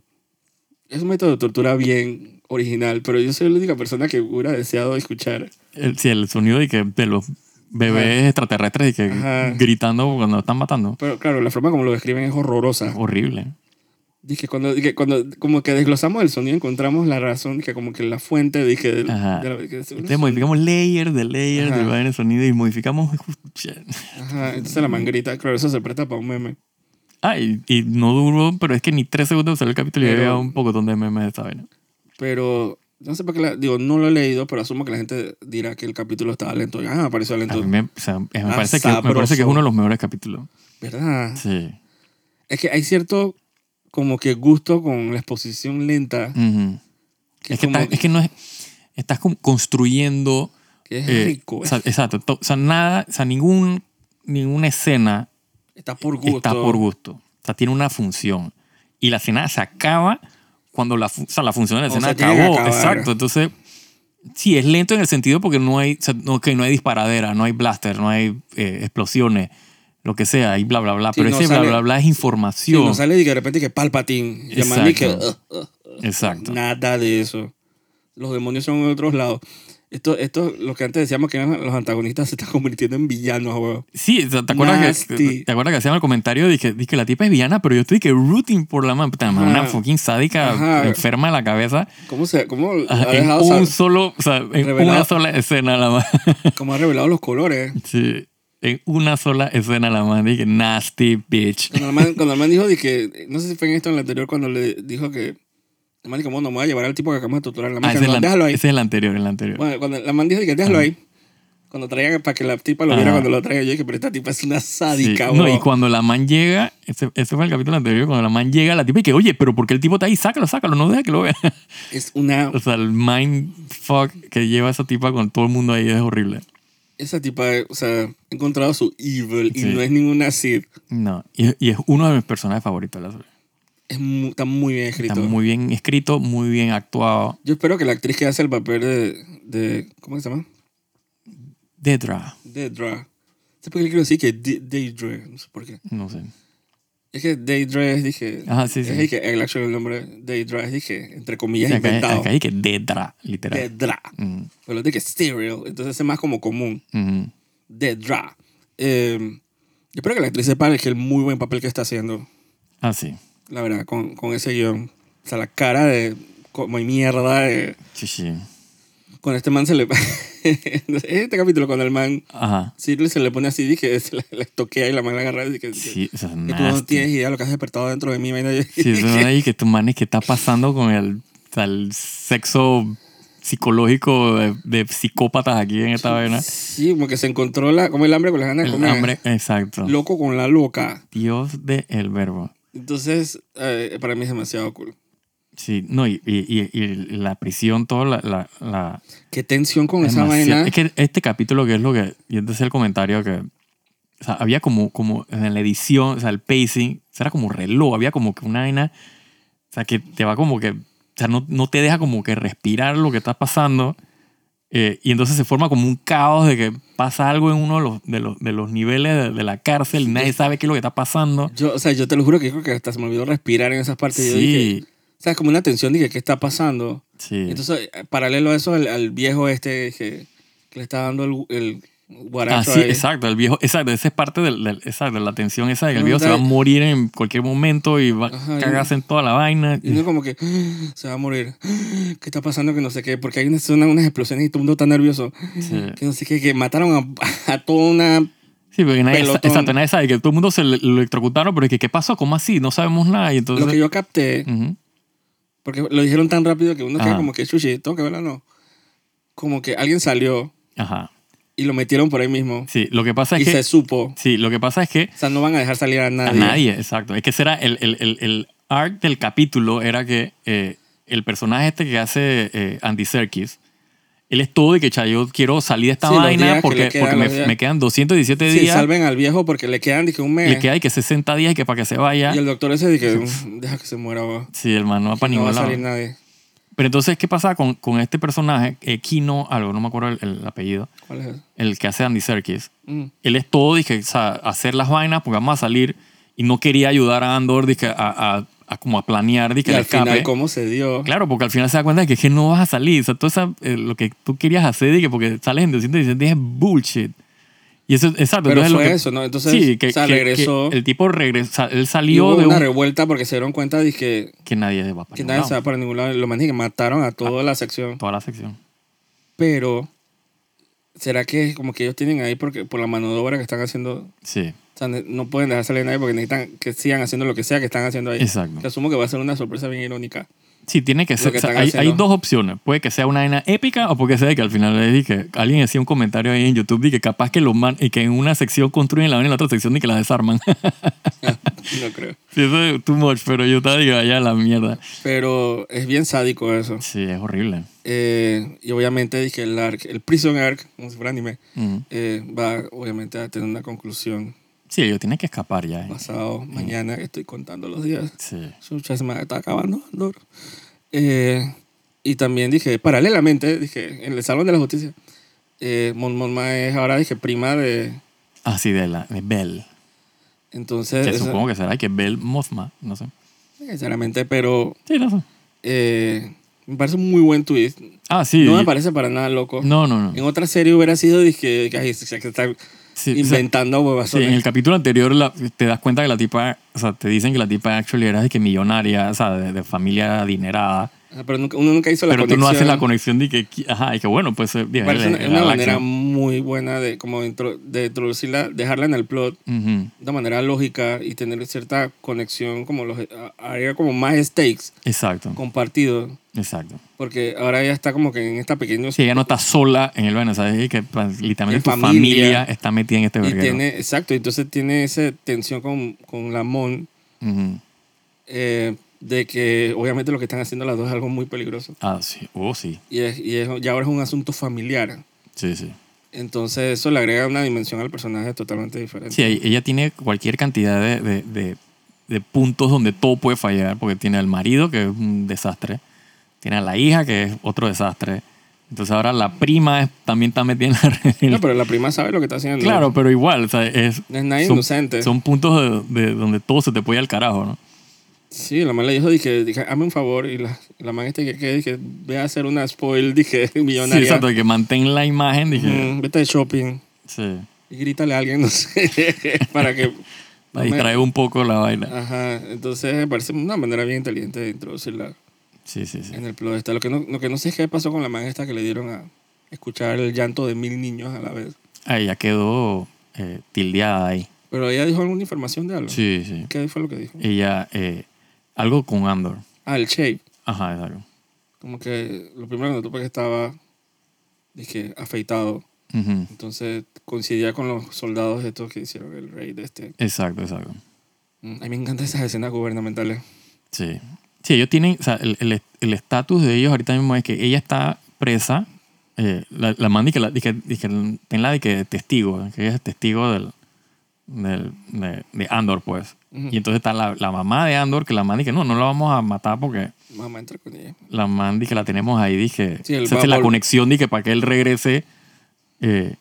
Speaker 1: es un método de tortura bien original, pero yo soy la única persona que hubiera deseado escuchar.
Speaker 2: El, sí, el sonido de, que, de los bebés extraterrestres y que
Speaker 1: Ajá.
Speaker 2: gritando cuando lo están matando.
Speaker 1: Pero claro, la forma como lo describen es horrorosa.
Speaker 2: Horrible.
Speaker 1: Dije, cuando, dije, cuando como que desglosamos el sonido, encontramos la razón, que como que la fuente, dije, del-
Speaker 2: Ajá.
Speaker 1: de la- que es-
Speaker 2: Entonces modificamos layer de layer
Speaker 1: Ajá.
Speaker 2: del vaina de sonido y modificamos.
Speaker 1: Ajá, entonces la mangrita, claro, eso se presta para un meme.
Speaker 2: Ah, y, y no duró, pero es que ni tres segundos salió el capítulo y
Speaker 1: Pero-
Speaker 2: había un pocotón de memes de esta vaina.
Speaker 1: Pero No sé por qué, la- digo, no lo he leído, pero asumo que la gente dirá que el capítulo estaba lento. Y, Ah, apareció
Speaker 2: A mí
Speaker 1: lento.
Speaker 2: me, o sea, me
Speaker 1: Ah,
Speaker 2: parece que, me parece que es
Speaker 1: sabroso.
Speaker 2: uno de los mejores capítulos.
Speaker 1: ¿Verdad?
Speaker 2: Sí.
Speaker 1: Es que hay cierto como que gusto con la exposición lenta.
Speaker 2: Ujú.
Speaker 1: Que
Speaker 2: Mm. Es, que
Speaker 1: como-
Speaker 2: estás, es que no es. Estás como construyendo.
Speaker 1: que es
Speaker 2: eh,
Speaker 1: rico.
Speaker 2: o sea, exacto. To- O sea, nada. O sea, ningún, ninguna escena
Speaker 1: está por gusto.
Speaker 2: está por gusto. O sea, tiene una función. Y la escena se acaba cuando la, fu- o sea, la función de la
Speaker 1: O
Speaker 2: escena
Speaker 1: sea, tiene que
Speaker 2: acabó.
Speaker 1: acabar.
Speaker 2: Exacto. Entonces, sí, es lento en el sentido porque no hay, o sea, no, que no hay disparadera, no hay blaster, no hay eh, explosiones, lo que sea, y bla, bla, bla.
Speaker 1: Sí,
Speaker 2: Pero
Speaker 1: no
Speaker 2: ese
Speaker 1: sale-
Speaker 2: bla, bla, bla es
Speaker 1: Sí,
Speaker 2: información.
Speaker 1: no sale y que de repente que palpatín. Y
Speaker 2: Exacto.
Speaker 1: Mandy que, "Ugh, ugh".
Speaker 2: Exacto.
Speaker 1: Nada de eso. Los demonios son en otros lados. Esto, esto, lo que antes decíamos que eran los antagonistas se están convirtiendo en villanos, weón.
Speaker 2: Sí, ¿te te acuerdas, que,
Speaker 1: Nasty.
Speaker 2: ¿te acuerdas que hacían el comentario? Dije, dije, la tipa es villana, pero yo estoy que rooting por la man. Puta, man, Una
Speaker 1: Ajá.
Speaker 2: fucking sádica
Speaker 1: Ajá.
Speaker 2: enferma de la cabeza.
Speaker 1: ¿Cómo, se, cómo ha
Speaker 2: en
Speaker 1: dejado, sal-
Speaker 2: un solo, o sea, en una
Speaker 1: revelado.
Speaker 2: sola escena la man.
Speaker 1: cómo ha revelado los colores?
Speaker 2: Sí, en una sola escena la man. Dije, nasty bitch.
Speaker 1: Cuando el man, cuando el man dijo de que, no sé si fue en esto en el anterior, cuando le dijo que, el man dijo, bueno, me voy a llevar al tipo que acabamos de torturar. La man,
Speaker 2: Ah,
Speaker 1: que,
Speaker 2: ese, es
Speaker 1: "No,
Speaker 2: el,
Speaker 1: déjalo
Speaker 2: an-
Speaker 1: ahí.
Speaker 2: ese es el anterior, el anterior.
Speaker 1: Bueno, cuando la man dijo de que déjalo ahí. Cuando traía para que la tipa lo
Speaker 2: Ajá.
Speaker 1: viera cuando lo traía, yo dije, pero esta tipa es una
Speaker 2: Sí,
Speaker 1: sádica,
Speaker 2: No,
Speaker 1: weón".
Speaker 2: y cuando la man llega, ese, ese fue el capítulo anterior, cuando la man llega, la tipa y que, oye, pero ¿por qué el tipo está ahí? Sácalo, sácalo, no deja que lo vea.
Speaker 1: Es una
Speaker 2: O sea, el mindfuck que lleva esa tipa con todo el mundo ahí es horrible.
Speaker 1: Esa tipa, o sea, ha encontrado su evil y
Speaker 2: Sí.
Speaker 1: no es ninguna Sid.
Speaker 2: No, y, y es uno de mis personajes favoritos. de La serie.
Speaker 1: Es mu- está muy bien escrito.
Speaker 2: Está muy bien escrito, muy bien actuado.
Speaker 1: Yo espero que la actriz que hace el papel de. de ¿Cómo se llama?
Speaker 2: Detra,
Speaker 1: Deidra. ¿Sabes por qué le quiero decir que Di- Deidre? No sé por qué.
Speaker 2: no sé.
Speaker 1: Es que Deidre es, dije.
Speaker 2: Ajá, sí,
Speaker 1: Es
Speaker 2: sí.
Speaker 1: el que el actual nombre Deidra es, dije, entre comillas,
Speaker 2: Acá,
Speaker 1: inventado.
Speaker 2: acá hay que Detra, literal.
Speaker 1: Deidra.
Speaker 2: Mm,
Speaker 1: Pero lo dije serial, entonces es más como común.
Speaker 2: mm.
Speaker 1: Deidra. Eh, yo espero que la actriz sepa que el muy buen papel que está haciendo.
Speaker 2: Ah, sí.
Speaker 1: la verdad, con, con ese guión. O sea, la cara de como de mierda de...
Speaker 2: Sí, sí.
Speaker 1: Con este man se le... este capítulo cuando el man
Speaker 2: Ajá.
Speaker 1: Shirley se le pone así, dije, se le, le toquea y la man la agarra y que...
Speaker 2: Sí, o sea,
Speaker 1: que tú no
Speaker 2: nasty.
Speaker 1: tienes idea de lo que has despertado dentro de mí, vaina.
Speaker 2: Sí, eso es ahí que tu manes que está pasando con el, o sea, el sexo psicológico de, de psicópatas aquí en esta vaina.
Speaker 1: Sí, como que se encontró la, como el hambre con las ganas de
Speaker 2: El
Speaker 1: comer.
Speaker 2: hambre, exacto.
Speaker 1: Loco con la loca.
Speaker 2: Dios de el verbo.
Speaker 1: Entonces, eh, para mí es demasiado cool.
Speaker 2: Sí, no, y, y- y- y la prisión, toda la, la, la-
Speaker 1: Qué tensión con esa
Speaker 2: demasiado-
Speaker 1: vaina.
Speaker 2: Es que este capítulo que es lo que, yo decía el comentario que, o sea, había como, como en la edición, o sea, el pacing, o sea, era como reloj, había como que una vaina, o sea, que te va como que, o sea, no, no te deja como que respirar lo que está pasando. eh, y entonces se forma como un caos de que pasa algo en uno de los, de los, de los niveles de, de la cárcel y nadie sabe qué es lo que está pasando.
Speaker 1: Yo, o sea, yo te lo juro que creo que hasta se me olvidó respirar en esas partes. Yo dije,
Speaker 2: Sí,
Speaker 1: o sea, es como una tensión, dije, ¿qué está pasando?
Speaker 2: sí.
Speaker 1: Entonces, eh, paralelo a eso, al, al viejo este que, que le está dando el, el guaracho
Speaker 2: Así,
Speaker 1: ahí.
Speaker 2: Ah, exacto, el viejo, exacto, esa es parte del, del- exacto, la tensión esa de que el
Speaker 1: No,
Speaker 2: viejo se va a
Speaker 1: dale.
Speaker 2: morir en cualquier momento y va
Speaker 1: Ajá,
Speaker 2: a
Speaker 1: y-
Speaker 2: cagarse en toda la vaina.
Speaker 1: Y uno como que "Ah, se va a morir. Ah, ¿Qué está pasando? Que no sé qué. Porque hay unas, suenan unas explosiones y todo el mundo está nervioso.
Speaker 2: Sí,
Speaker 1: Que no sé qué. Que mataron a, a toda una...
Speaker 2: Sí, porque nadie,
Speaker 1: Pelotón.
Speaker 2: exacto, nadie sabe que todo el mundo se le- lo electrocutaron, pero es que ¿qué pasó? ¿Cómo así? No sabemos nada. Y entonces,
Speaker 1: Lo que yo capté,
Speaker 2: Ujú.
Speaker 1: porque lo dijeron tan rápido que uno
Speaker 2: Ajá.
Speaker 1: queda como que, chuchi, tengo que verla, no. Como que alguien salió
Speaker 2: Ajá.
Speaker 1: y lo metieron por ahí mismo.
Speaker 2: Sí, lo que pasa
Speaker 1: Y
Speaker 2: es que
Speaker 1: se supo.
Speaker 2: sí, lo que pasa es que
Speaker 1: O sea, no van a dejar salir a nadie.
Speaker 2: a nadie, exacto, es que será el, el, el, el arc del capítulo era que eh, el personaje este que hace eh, Andy Serkis él es todo y que chayo quiero salir de esta
Speaker 1: Sí, los días
Speaker 2: vaina
Speaker 1: que
Speaker 2: porque,
Speaker 1: le quedan,
Speaker 2: porque
Speaker 1: los
Speaker 2: me,
Speaker 1: días.
Speaker 2: me quedan 217
Speaker 1: Sí,
Speaker 2: días.
Speaker 1: salven al viejo porque le quedan, dije, un mes.
Speaker 2: le queda y que 60 días y que para que se vaya.
Speaker 1: Y el doctor ese dije, "Mm, deja que se muera, va.
Speaker 2: Sí, el man no va para
Speaker 1: No va a
Speaker 2: ningún
Speaker 1: salir
Speaker 2: lado.
Speaker 1: nadie.
Speaker 2: Pero entonces, ¿qué pasa con, con este personaje? Eh, Kino, algo, no me acuerdo el, el apellido.
Speaker 1: ¿Cuál es? eso?
Speaker 2: El que hace Andy Serkis.
Speaker 1: Mm.
Speaker 2: Él es todo, dije, o sea, hacer las vainas porque vamos a salir. Y no quería ayudar a Andor, dije, a, a- a como a planear, dije,
Speaker 1: Y
Speaker 2: el
Speaker 1: al
Speaker 2: escape.
Speaker 1: final, ¿cómo se dio?
Speaker 2: Pues Claro, porque al final se da cuenta de que, es que no vas a salir. O sea, todo esa, eh, lo que tú querías hacer, dije, porque sales en 217 días es bullshit. Y eso, exacto.
Speaker 1: Pero
Speaker 2: entonces lo
Speaker 1: fue
Speaker 2: que-
Speaker 1: eso, ¿no? Entonces,
Speaker 2: sí, que,
Speaker 1: o sea,
Speaker 2: que- que
Speaker 1: regresó.
Speaker 2: el tipo regresó, él
Speaker 1: y
Speaker 2: salió
Speaker 1: hubo
Speaker 2: de
Speaker 1: una
Speaker 2: un
Speaker 1: revuelta porque se dieron cuenta de que,
Speaker 2: que nadie va para
Speaker 1: que
Speaker 2: ningún
Speaker 1: nadie
Speaker 2: lado.
Speaker 1: se va para ningún lado. Lo más es que
Speaker 2: Ah.
Speaker 1: mataron a toda la sección.
Speaker 2: toda la sección.
Speaker 1: Pero, ¿será que es como que ellos tienen ahí porque por la mano de obra que están haciendo?
Speaker 2: Sí,
Speaker 1: O sea, ne- no pueden dejar salir a nadie porque necesitan que sigan haciendo lo que sea que están haciendo ahí.
Speaker 2: exacto.
Speaker 1: Que asumo que va a ser una sorpresa bien irónica.
Speaker 2: Sí, tiene que ser.
Speaker 1: que
Speaker 2: o sea,
Speaker 1: están
Speaker 2: hay,
Speaker 1: haciendo.
Speaker 2: hay dos opciones. Puede que sea una vaina épica o puede que sea que al final le dije, alguien decía un comentario ahí en YouTube de que capaz que los man, y que en una sección construyen la vaina y en la otra sección y que la desarman.
Speaker 1: Ah, no creo.
Speaker 2: sí, eso es too much, pero yo estaba digo, allá la mierda.
Speaker 1: Pero es bien sádico eso.
Speaker 2: Sí, es horrible.
Speaker 1: Eh, y obviamente dije el arc, el Prison Arc, como si fuera anime,
Speaker 2: Ujú.
Speaker 1: eh, va obviamente a tener una conclusión
Speaker 2: Sí, ellos tienen que escapar ya. ¿eh?
Speaker 1: pasado mañana. Estoy contando los días.
Speaker 2: Sí.
Speaker 1: Chucha, se me está acabando. Andor. Eh, y también dije, paralelamente, dije, en el Salón de la Justicia, eh, Mon Monma es ahora, dije, prima de...
Speaker 2: Así Ah, de la de Bell.
Speaker 1: Entonces,
Speaker 2: Que
Speaker 1: esa-
Speaker 2: supongo que será que Bell Mothma, no sé.
Speaker 1: sinceramente, pero
Speaker 2: Sí, no sé.
Speaker 1: eh, me parece un muy buen tweet.
Speaker 2: Ah, sí.
Speaker 1: No me parece para nada loco.
Speaker 2: no, no, no.
Speaker 1: En otra serie hubiera sido, dije, que ay, se- se están
Speaker 2: Sí, o sea,
Speaker 1: inventando
Speaker 2: Sí, en
Speaker 1: huevazones.
Speaker 2: el capítulo anterior la- te das cuenta que la tipa, o sea, te dicen que la tipa actually era de que millonaria, o sea, de, de familia adinerada,
Speaker 1: Ah, pero nunca- uno nunca hizo la
Speaker 2: pero tú
Speaker 1: conexión.
Speaker 2: no haces la conexión de que, qui- ajá, y que bueno, pues, eh, bien,
Speaker 1: Parece
Speaker 2: la-
Speaker 1: una,
Speaker 2: la
Speaker 1: una manera
Speaker 2: galaxia.
Speaker 1: muy buena de, como de intro- de introducirla, dejarla en el plot.
Speaker 2: Ujú,
Speaker 1: de manera lógica y tener cierta conexión, como los a- haría como más stakes
Speaker 2: Exacto,
Speaker 1: compartido,
Speaker 2: exacto.
Speaker 1: porque ahora ella está como que en esta pequeña
Speaker 2: Si ella no está sola en el baño, o sea, es que pa- literalmente
Speaker 1: En
Speaker 2: tu
Speaker 1: familia.
Speaker 2: familia, está metida en este
Speaker 1: y
Speaker 2: verguero.
Speaker 1: tiene, exacto, entonces tiene esa tensión con, con la Mon
Speaker 2: Ujú.
Speaker 1: eh, de que obviamente lo que están haciendo las dos es algo muy peligroso
Speaker 2: Ah, sí, oh, sí,
Speaker 1: y es, y es- ya ahora es un asunto familiar.
Speaker 2: sí, sí.
Speaker 1: Entonces eso le agrega una dimensión al personaje totalmente diferente.
Speaker 2: Sí, ahí- ella tiene cualquier cantidad de, de- de- de puntos donde todo puede fallar, porque tiene al marido, que es un desastre, tiene a la hija, que es otro desastre. Entonces ahora la prima es- también está metida en la red.
Speaker 1: No, pero la prima sabe lo que está haciendo.
Speaker 2: claro, pero igual, o sea, es,
Speaker 1: No es nadie
Speaker 2: son,
Speaker 1: inocente.
Speaker 2: son puntos de, de donde todo se te puede ir al carajo, ¿no?
Speaker 1: Sí, la man le dijo, dije, dije, hazme un favor. Y la, la man este que, que dije, ve a hacer una spoil, dije,
Speaker 2: Sí,
Speaker 1: millonaria.
Speaker 2: exacto, de que mantén la imagen, dije,
Speaker 1: Mm, vete de shopping
Speaker 2: sí,
Speaker 1: y grítale a alguien, no sé, para que... no
Speaker 2: para
Speaker 1: me-
Speaker 2: distraer un poco la vaina.
Speaker 1: Ajá, entonces me parece una manera bien inteligente de introducirla
Speaker 2: Sí, sí, sí.
Speaker 1: en el plot. esta. Lo que, no, lo que no sé es qué pasó con la man esta que le dieron a escuchar el llanto de mil niños a la vez.
Speaker 2: Ah, ella quedó eh, tildeada ahí.
Speaker 1: Pero ella dijo alguna información de algo.
Speaker 2: Sí, sí.
Speaker 1: ¿Qué fue lo que dijo?
Speaker 2: Ella, eh, algo con Andor.
Speaker 1: Ah, el shape.
Speaker 2: Ajá, exacto.
Speaker 1: Como que lo primero que noté fue que estaba, dije, afeitado.
Speaker 2: Ujú.
Speaker 1: Entonces coincidía con los soldados estos que hicieron el raid de este.
Speaker 2: Exacto, exacto.
Speaker 1: Mm, A mí me encantan esas escenas gubernamentales.
Speaker 2: Sí. Sí, ellos tienen, o sea, el- el el estatus de ellos ahorita mismo es que ella está presa, eh, la, la manda y que la, y que, y que tenla de que testigo, que ella es testigo del, del- de, de Andor, pues.
Speaker 1: Ujú.
Speaker 2: Y entonces está la, la mamá de Andor que la manda y que no, no la vamos a matar porque
Speaker 1: Mamá entre con ella.
Speaker 2: la manda y que la tenemos ahí, dije.
Speaker 1: Sí, el
Speaker 2: se hace la
Speaker 1: vapor.
Speaker 2: conexión de que para que él regrese eh,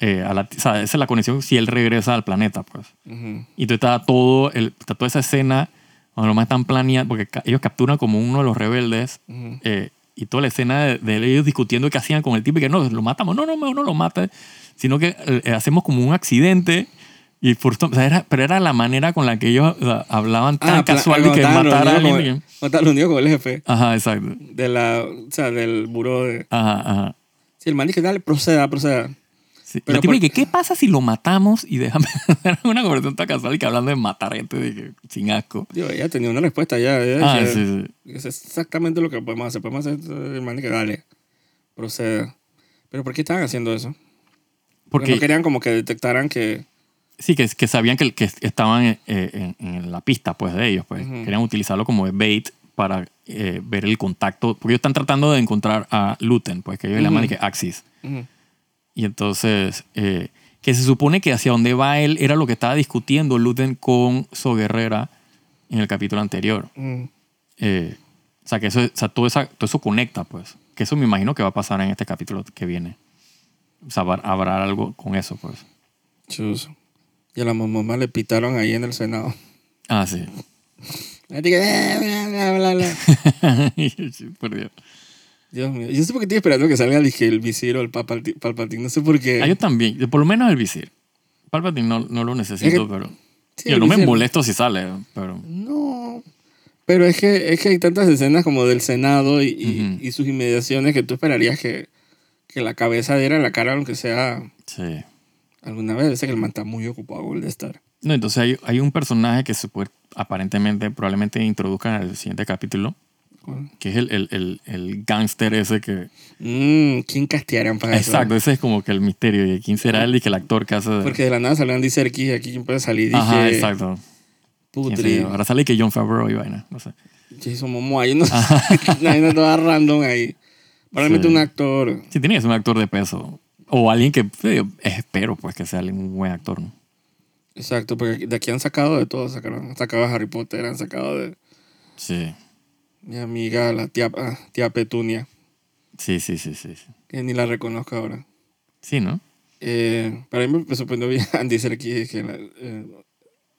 Speaker 2: eh, a la, o sea, esa es la conexión si él regresa al planeta, pues.
Speaker 1: Ujú.
Speaker 2: Y entonces está todo, el, está toda esa escena donde los más están planeando, porque ca- ellos capturan como uno de los rebeldes
Speaker 1: Ujú.
Speaker 2: eh, y toda la escena de, de ellos discutiendo qué hacían con el tipo y que no, lo matamos, no, no, no, no lo mata, sino que eh, hacemos como un accidente. Y por, o sea, era- pero era la manera con la que ellos o sea, hablaban tan
Speaker 1: pla-
Speaker 2: casual de
Speaker 1: Ah, cuando
Speaker 2: que
Speaker 1: estaban
Speaker 2: matar a
Speaker 1: reunidos
Speaker 2: alguien.
Speaker 1: con-
Speaker 2: de que-
Speaker 1: cuando estaban reunidos con el jefe
Speaker 2: Ajá, exacto.
Speaker 1: de la, o sea, del buró de...
Speaker 2: Ajá, ajá.
Speaker 1: Sí, el man dice, dale, proceda, proceda.
Speaker 2: Sí.
Speaker 1: Pero
Speaker 2: la tipa
Speaker 1: por-
Speaker 2: dije, ¿qué pasa si lo matamos? Y déjame era una conversación tan casual y que hablando de matar gente dije, sin asco.
Speaker 1: Digo, ella tenía una respuesta ya. ella
Speaker 2: Ah,
Speaker 1: decía,
Speaker 2: sí, sí.
Speaker 1: Es exactamente lo que podemos hacer. Podemos hacer el man dice, dale, proceda. Pero ¿por qué estaban haciendo eso? Porque
Speaker 2: Porque
Speaker 1: no querían como que detectaran que...
Speaker 2: Sí, que, que sabían que, que estaban eh, en, en la pista pues, de ellos. Pues.
Speaker 1: Ujú.
Speaker 2: Querían utilizarlo como bait para eh, ver el contacto. Porque ellos están tratando de encontrar a Luten, pues, que ellos le llaman
Speaker 1: Ujú.
Speaker 2: que Axis.
Speaker 1: Ujú.
Speaker 2: Y entonces, eh, que se supone que hacia dónde va él era lo que estaba discutiendo Luten con So Guerrera en el capítulo anterior.
Speaker 1: Mm.
Speaker 2: Eh, o sea, que eso, o sea, todo, esa- todo eso conecta, pues. Que eso me imagino que va a pasar en este capítulo que viene. O sea, va- habrá algo con eso, pues.
Speaker 1: Chus. Y a la mamá le pitaron ahí en el Senado.
Speaker 2: Ah, sí.
Speaker 1: Así que, "Eh, bla, bla, bla, bla".
Speaker 2: Sí, por Dios.
Speaker 1: Dios mío. Yo no sé por qué estoy esperando que salga dije, el visir o el Papalti- Palpatine. No sé por qué.
Speaker 2: Ah, yo también, yo por lo menos el visir. Palpatine no, no lo necesito,
Speaker 1: Es que-
Speaker 2: pero.
Speaker 1: Sí,
Speaker 2: yo
Speaker 1: el
Speaker 2: no me
Speaker 1: visir.
Speaker 2: molesto si sale, pero.
Speaker 1: No. Pero es que, es que hay tantas escenas como del Senado y, y-
Speaker 2: Ujú.
Speaker 1: y sus inmediaciones que tú esperarías que, que la cabeza diera la cara, aunque sea
Speaker 2: Sí.
Speaker 1: alguna vez. Sé que el man está muy ocupado con el de estar.
Speaker 2: No, entonces hay, hay un personaje que supuest- aparentemente probablemente introduzcan en el siguiente capítulo,
Speaker 1: ¿Cuál?
Speaker 2: que es el, el, el, el gángster ese que...
Speaker 1: Mm, ¿Quién castearán para eso?
Speaker 2: Exacto, ese es como que el misterio. ¿Y quién será él y que el actor que hace... de-
Speaker 1: Porque de la nada salió Andy Serkis y aquí puede salir. Dije,
Speaker 2: Ajá, exacto. ¿Quién
Speaker 1: putri,
Speaker 2: será? Ahora sale que John Favreau y vaina. No sé.
Speaker 1: Jason Momoa. Yo no sé. Hay una toda random ahí. Probablemente
Speaker 2: Sí.
Speaker 1: un actor.
Speaker 2: Sí, tiene que ser un actor de peso. O alguien que... sí, espero pues que sea alguien- un buen actor, ¿no?
Speaker 1: Exacto, porque de aquí han sacado de todo. Sacaron, han sacado a Harry Potter, han sacado de
Speaker 2: Sí.
Speaker 1: mi amiga, la tía, ah, tía Petunia,
Speaker 2: Sí, sí, sí, sí. sí.
Speaker 1: que ni la reconozco ahora.
Speaker 2: Sí, ¿no?
Speaker 1: Eh, para mí me sorprendió bien Andy Serkis que la, eh,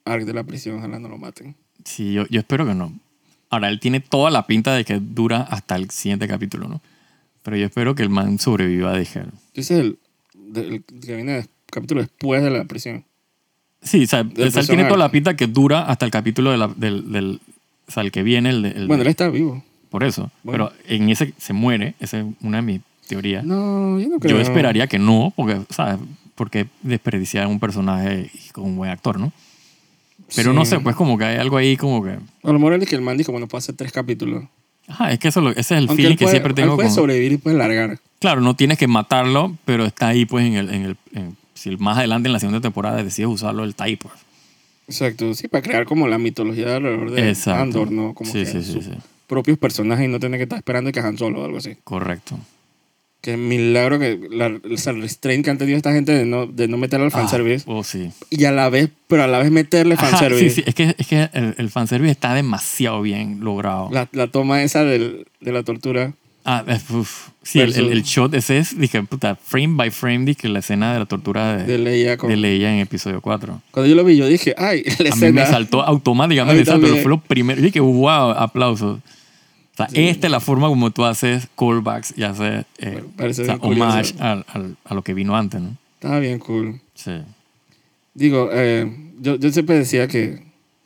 Speaker 1: Ark de la prisión, ojalá no lo maten.
Speaker 2: Sí, yo, yo espero que no. Ahora, él tiene toda la pinta de que dura hasta el siguiente capítulo, ¿no? Pero yo espero que el man sobreviva a dejar.
Speaker 1: Tú dices el, del- que viene el capítulo después de la prisión.
Speaker 2: Sí, o sea, o sea, él tiene
Speaker 1: personaje.
Speaker 2: toda la pinta que dura hasta el capítulo de la- del, del- o sea, el que viene, el, de- el-
Speaker 1: Bueno, él está vivo.
Speaker 2: por eso.
Speaker 1: Bueno.
Speaker 2: Pero en ese se muere, esa es una de mis teorías.
Speaker 1: No, yo no creo.
Speaker 2: yo esperaría que no, porque, ¿sabes? Porque desperdiciar un personaje con un buen actor, ¿no? Pero
Speaker 1: Sí.
Speaker 2: no sé, pues como que hay algo ahí como que...
Speaker 1: A lo mejor él es que el man dijo, bueno, puedo hacer tres capítulos.
Speaker 2: Ajá, es que eso, lo- ese es el
Speaker 1: Aunque
Speaker 2: feeling
Speaker 1: él
Speaker 2: que
Speaker 1: puede,
Speaker 2: siempre
Speaker 1: él
Speaker 2: tengo
Speaker 1: puede
Speaker 2: con...
Speaker 1: sobrevivir y puede largar.
Speaker 2: Claro, no tienes que matarlo, pero está ahí, pues, en el. En el en- si más adelante en la segunda temporada decides usarlo, el está ahí, pues.
Speaker 1: Exacto, sí, para crear como la mitología alrededor de
Speaker 2: Exacto.
Speaker 1: Andor, ¿no? Como
Speaker 2: Sí,
Speaker 1: que
Speaker 2: sí, sí,
Speaker 1: sus
Speaker 2: sí.
Speaker 1: propios personajes y no tener que estar esperando que Han Solo o algo así.
Speaker 2: Correcto.
Speaker 1: Que milagro que la, o sea, el restraint que han tenido esta gente de no, de no meterle al fanservice
Speaker 2: Ah, oh, sí.
Speaker 1: y a la vez, pero a la vez meterle
Speaker 2: Ajá,
Speaker 1: fanservice.
Speaker 2: sí, sí, Es que, es que el, el fanservice está demasiado bien logrado.
Speaker 1: La, la toma esa del- de la tortura.
Speaker 2: Ah, es- uf. Sí, el, el- el shot ese es, dije, puta, frame by frame, dije, la escena de la tortura de,
Speaker 1: de Leia. con-
Speaker 2: Eh, de Leia en episodio 4.
Speaker 1: Cuando yo lo vi, yo dije, ay, la
Speaker 2: A mí me
Speaker 1: escena.
Speaker 2: saltó
Speaker 1: A mí
Speaker 2: automáticamente, esa, pero
Speaker 1: también.
Speaker 2: fue lo primero. Yo dije, wow, aplausos. O sea, esta es la forma como tú haces callbacks y haces eh,
Speaker 1: Parece
Speaker 2: o sea,
Speaker 1: bien curioso.
Speaker 2: homage al- al- a lo que vino antes, ¿no?
Speaker 1: Estaba bien cool.
Speaker 2: Sí.
Speaker 1: Digo, eh, yo, yo siempre decía que,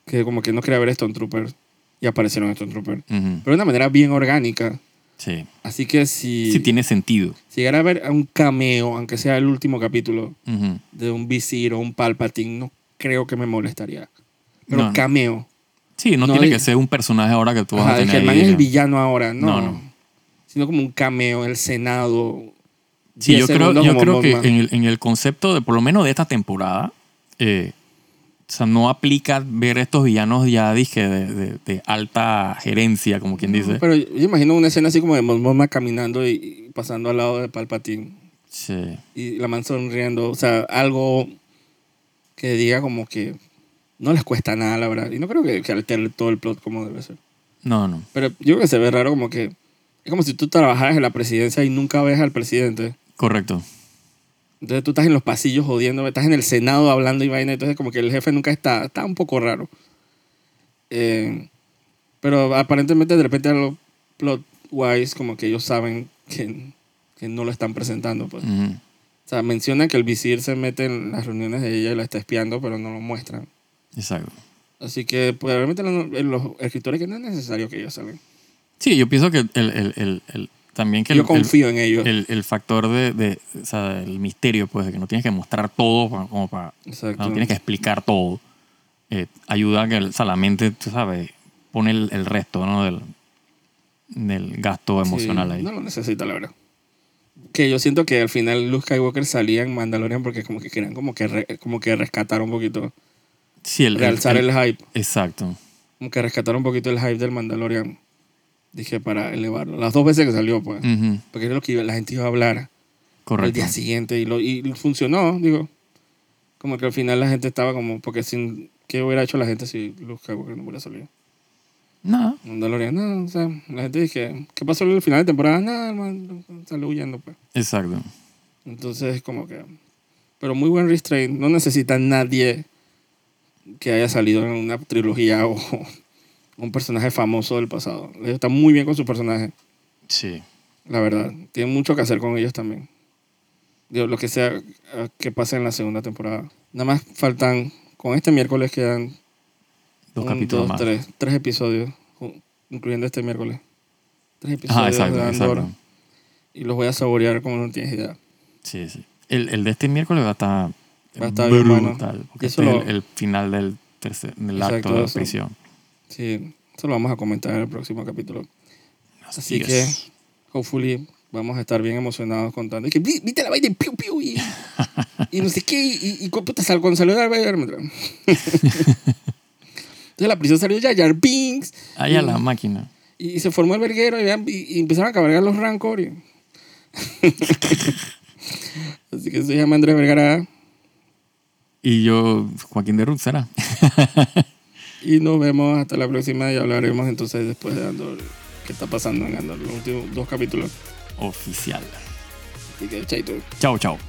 Speaker 1: que como que no quería ver Stone Troopers y aparecieron Stone Troopers.
Speaker 2: Ujú.
Speaker 1: Pero de una manera bien orgánica.
Speaker 2: Sí.
Speaker 1: Así que si,
Speaker 2: Sí tiene sentido.
Speaker 1: si llegara a ver a un cameo, aunque sea el último capítulo,
Speaker 2: Ujú.
Speaker 1: de un Visir o un Palpatine, no creo que me molestaría. Pero
Speaker 2: No, no.
Speaker 1: cameo.
Speaker 2: Sí, no,
Speaker 1: No,
Speaker 2: tiene
Speaker 1: y-
Speaker 2: que ser un personaje ahora que tú vas
Speaker 1: Ajá,
Speaker 2: a
Speaker 1: de
Speaker 2: tener
Speaker 1: que el man
Speaker 2: ahí,
Speaker 1: es el
Speaker 2: ¿no?
Speaker 1: villano ahora. No,
Speaker 2: No, no.
Speaker 1: Sino como un cameo, el Senado.
Speaker 2: Sí, yo
Speaker 1: 10
Speaker 2: creo,
Speaker 1: segundos
Speaker 2: yo
Speaker 1: como
Speaker 2: creo que
Speaker 1: Mothman.
Speaker 2: en el, en el concepto de, por lo menos de esta temporada, eh, o sea, no aplica ver estos villanos ya, dije, de, de- de alta gerencia, como quien dice.
Speaker 1: Pero yo imagino una escena así como de Mon Mothma caminando y, y pasando al lado de Palpatine.
Speaker 2: Sí.
Speaker 1: Y la man sonriendo. O sea, algo que diga como que no les cuesta nada, la verdad. Y no creo que, que altere todo el plot como debe ser.
Speaker 2: No, no.
Speaker 1: Pero yo creo que se ve raro como que... Es como si tú trabajaras en la presidencia y nunca ves al presidente.
Speaker 2: Correcto.
Speaker 1: Entonces tú estás en los pasillos jodiendo, estás en el Senado hablando y vaina, entonces como que el jefe nunca está, está un poco raro. Eh, pero aparentemente de repente los plot wise como que ellos saben que, que no lo están presentando. Pues. O
Speaker 2: Ujú.
Speaker 1: sea, mencionan que el visir se mete en las reuniones de ella y la está espiando, pero no lo muestran.
Speaker 2: Exacto.
Speaker 1: Así que pues, probablemente los, eh, los escritores que no es necesario que ellos salgan.
Speaker 2: Sí, yo pienso que el, el- el- el- también que el-
Speaker 1: Yo
Speaker 2: el-
Speaker 1: confío en ellos.
Speaker 2: el, el factor de, de o sea, del misterio, pues, de que no tienes que mostrar todo, pa- como para,
Speaker 1: Exacto.
Speaker 2: no tienes que explicar todo. Eh, ayuda a que el- o sea, la mente, tú sabes, pone el, el resto, ¿no? Del, del gasto
Speaker 1: Sí,
Speaker 2: emocional ahí.
Speaker 1: No lo necesita, la verdad. Que yo siento que al final Luke Skywalker salía en Mandalorian porque como que querían como que, re- como que rescatar un poquito,
Speaker 2: sí, el, el-
Speaker 1: realzar
Speaker 2: el-
Speaker 1: el, hype,
Speaker 2: Exacto.
Speaker 1: como que rescatar un poquito el hype del Mandalorian. Dije, para elevarlo. Las dos veces que salió, pues.
Speaker 2: Ujú,
Speaker 1: Porque era lo que iba- la gente iba a hablar el
Speaker 2: correcto.
Speaker 1: día siguiente y, lo, y funcionó, digo. Como que al final la gente estaba como, porque sin, ¿qué hubiera hecho la gente si Luke Skywalker no hubiera salido?
Speaker 2: Nada.
Speaker 1: Mandalorian, no, o sea, la gente dije, ¿qué pasó en el final de temporada? Nada, man, salió huyendo, pues.
Speaker 2: Exacto.
Speaker 1: Entonces es como que... Pero muy buen restraint. No necesita nadie que haya salido en una trilogía o un personaje famoso del pasado. Ellos están muy bien con su personaje,
Speaker 2: Sí.
Speaker 1: la verdad. Tienen mucho que hacer con ellos también. Digo, lo que sea eh, que pase en la segunda temporada. Nada más faltan... Con este miércoles quedan...
Speaker 2: Dos
Speaker 1: un,
Speaker 2: capítulos
Speaker 1: dos,
Speaker 2: más.
Speaker 1: Tres, tres episodios, ju- incluyendo este miércoles. Tres episodios
Speaker 2: Ajá, exacto,
Speaker 1: de Andor.
Speaker 2: exacto.
Speaker 1: Y los voy a saborear como no tienes idea.
Speaker 2: Sí, sí. El, el de este miércoles va a estar,
Speaker 1: Va a estar bien bueno.
Speaker 2: brutal.
Speaker 1: Y
Speaker 2: Porque
Speaker 1: eso
Speaker 2: este es
Speaker 1: lo-
Speaker 2: el, el final del, tercer, del
Speaker 1: Exacto,
Speaker 2: acto de
Speaker 1: eso.
Speaker 2: prisión.
Speaker 1: Sí, eso lo vamos a comentar en el próximo capítulo. Así que, hopefully, vamos a estar bien emocionados contando. Y que, "Vi- viste la vaina y piu, piu, y, y no sé qué, y, y, y puta, sal- con salud al baile Entonces la prisión salió ya, Jar Binks,
Speaker 2: Allá la máquina.
Speaker 1: y, se formó el verguero, y, vean, y- y empezaron a cabalgar los Rancor. y- Así que se llama Andrés Vergara,
Speaker 2: Y yo, Joaquín de Ruxara.
Speaker 1: y nos vemos hasta la próxima, y hablaremos entonces después de Andor, qué está pasando en Andor, los últimos dos capítulos.
Speaker 2: Oficial.
Speaker 1: Así que, chaito.
Speaker 2: Chao, chao.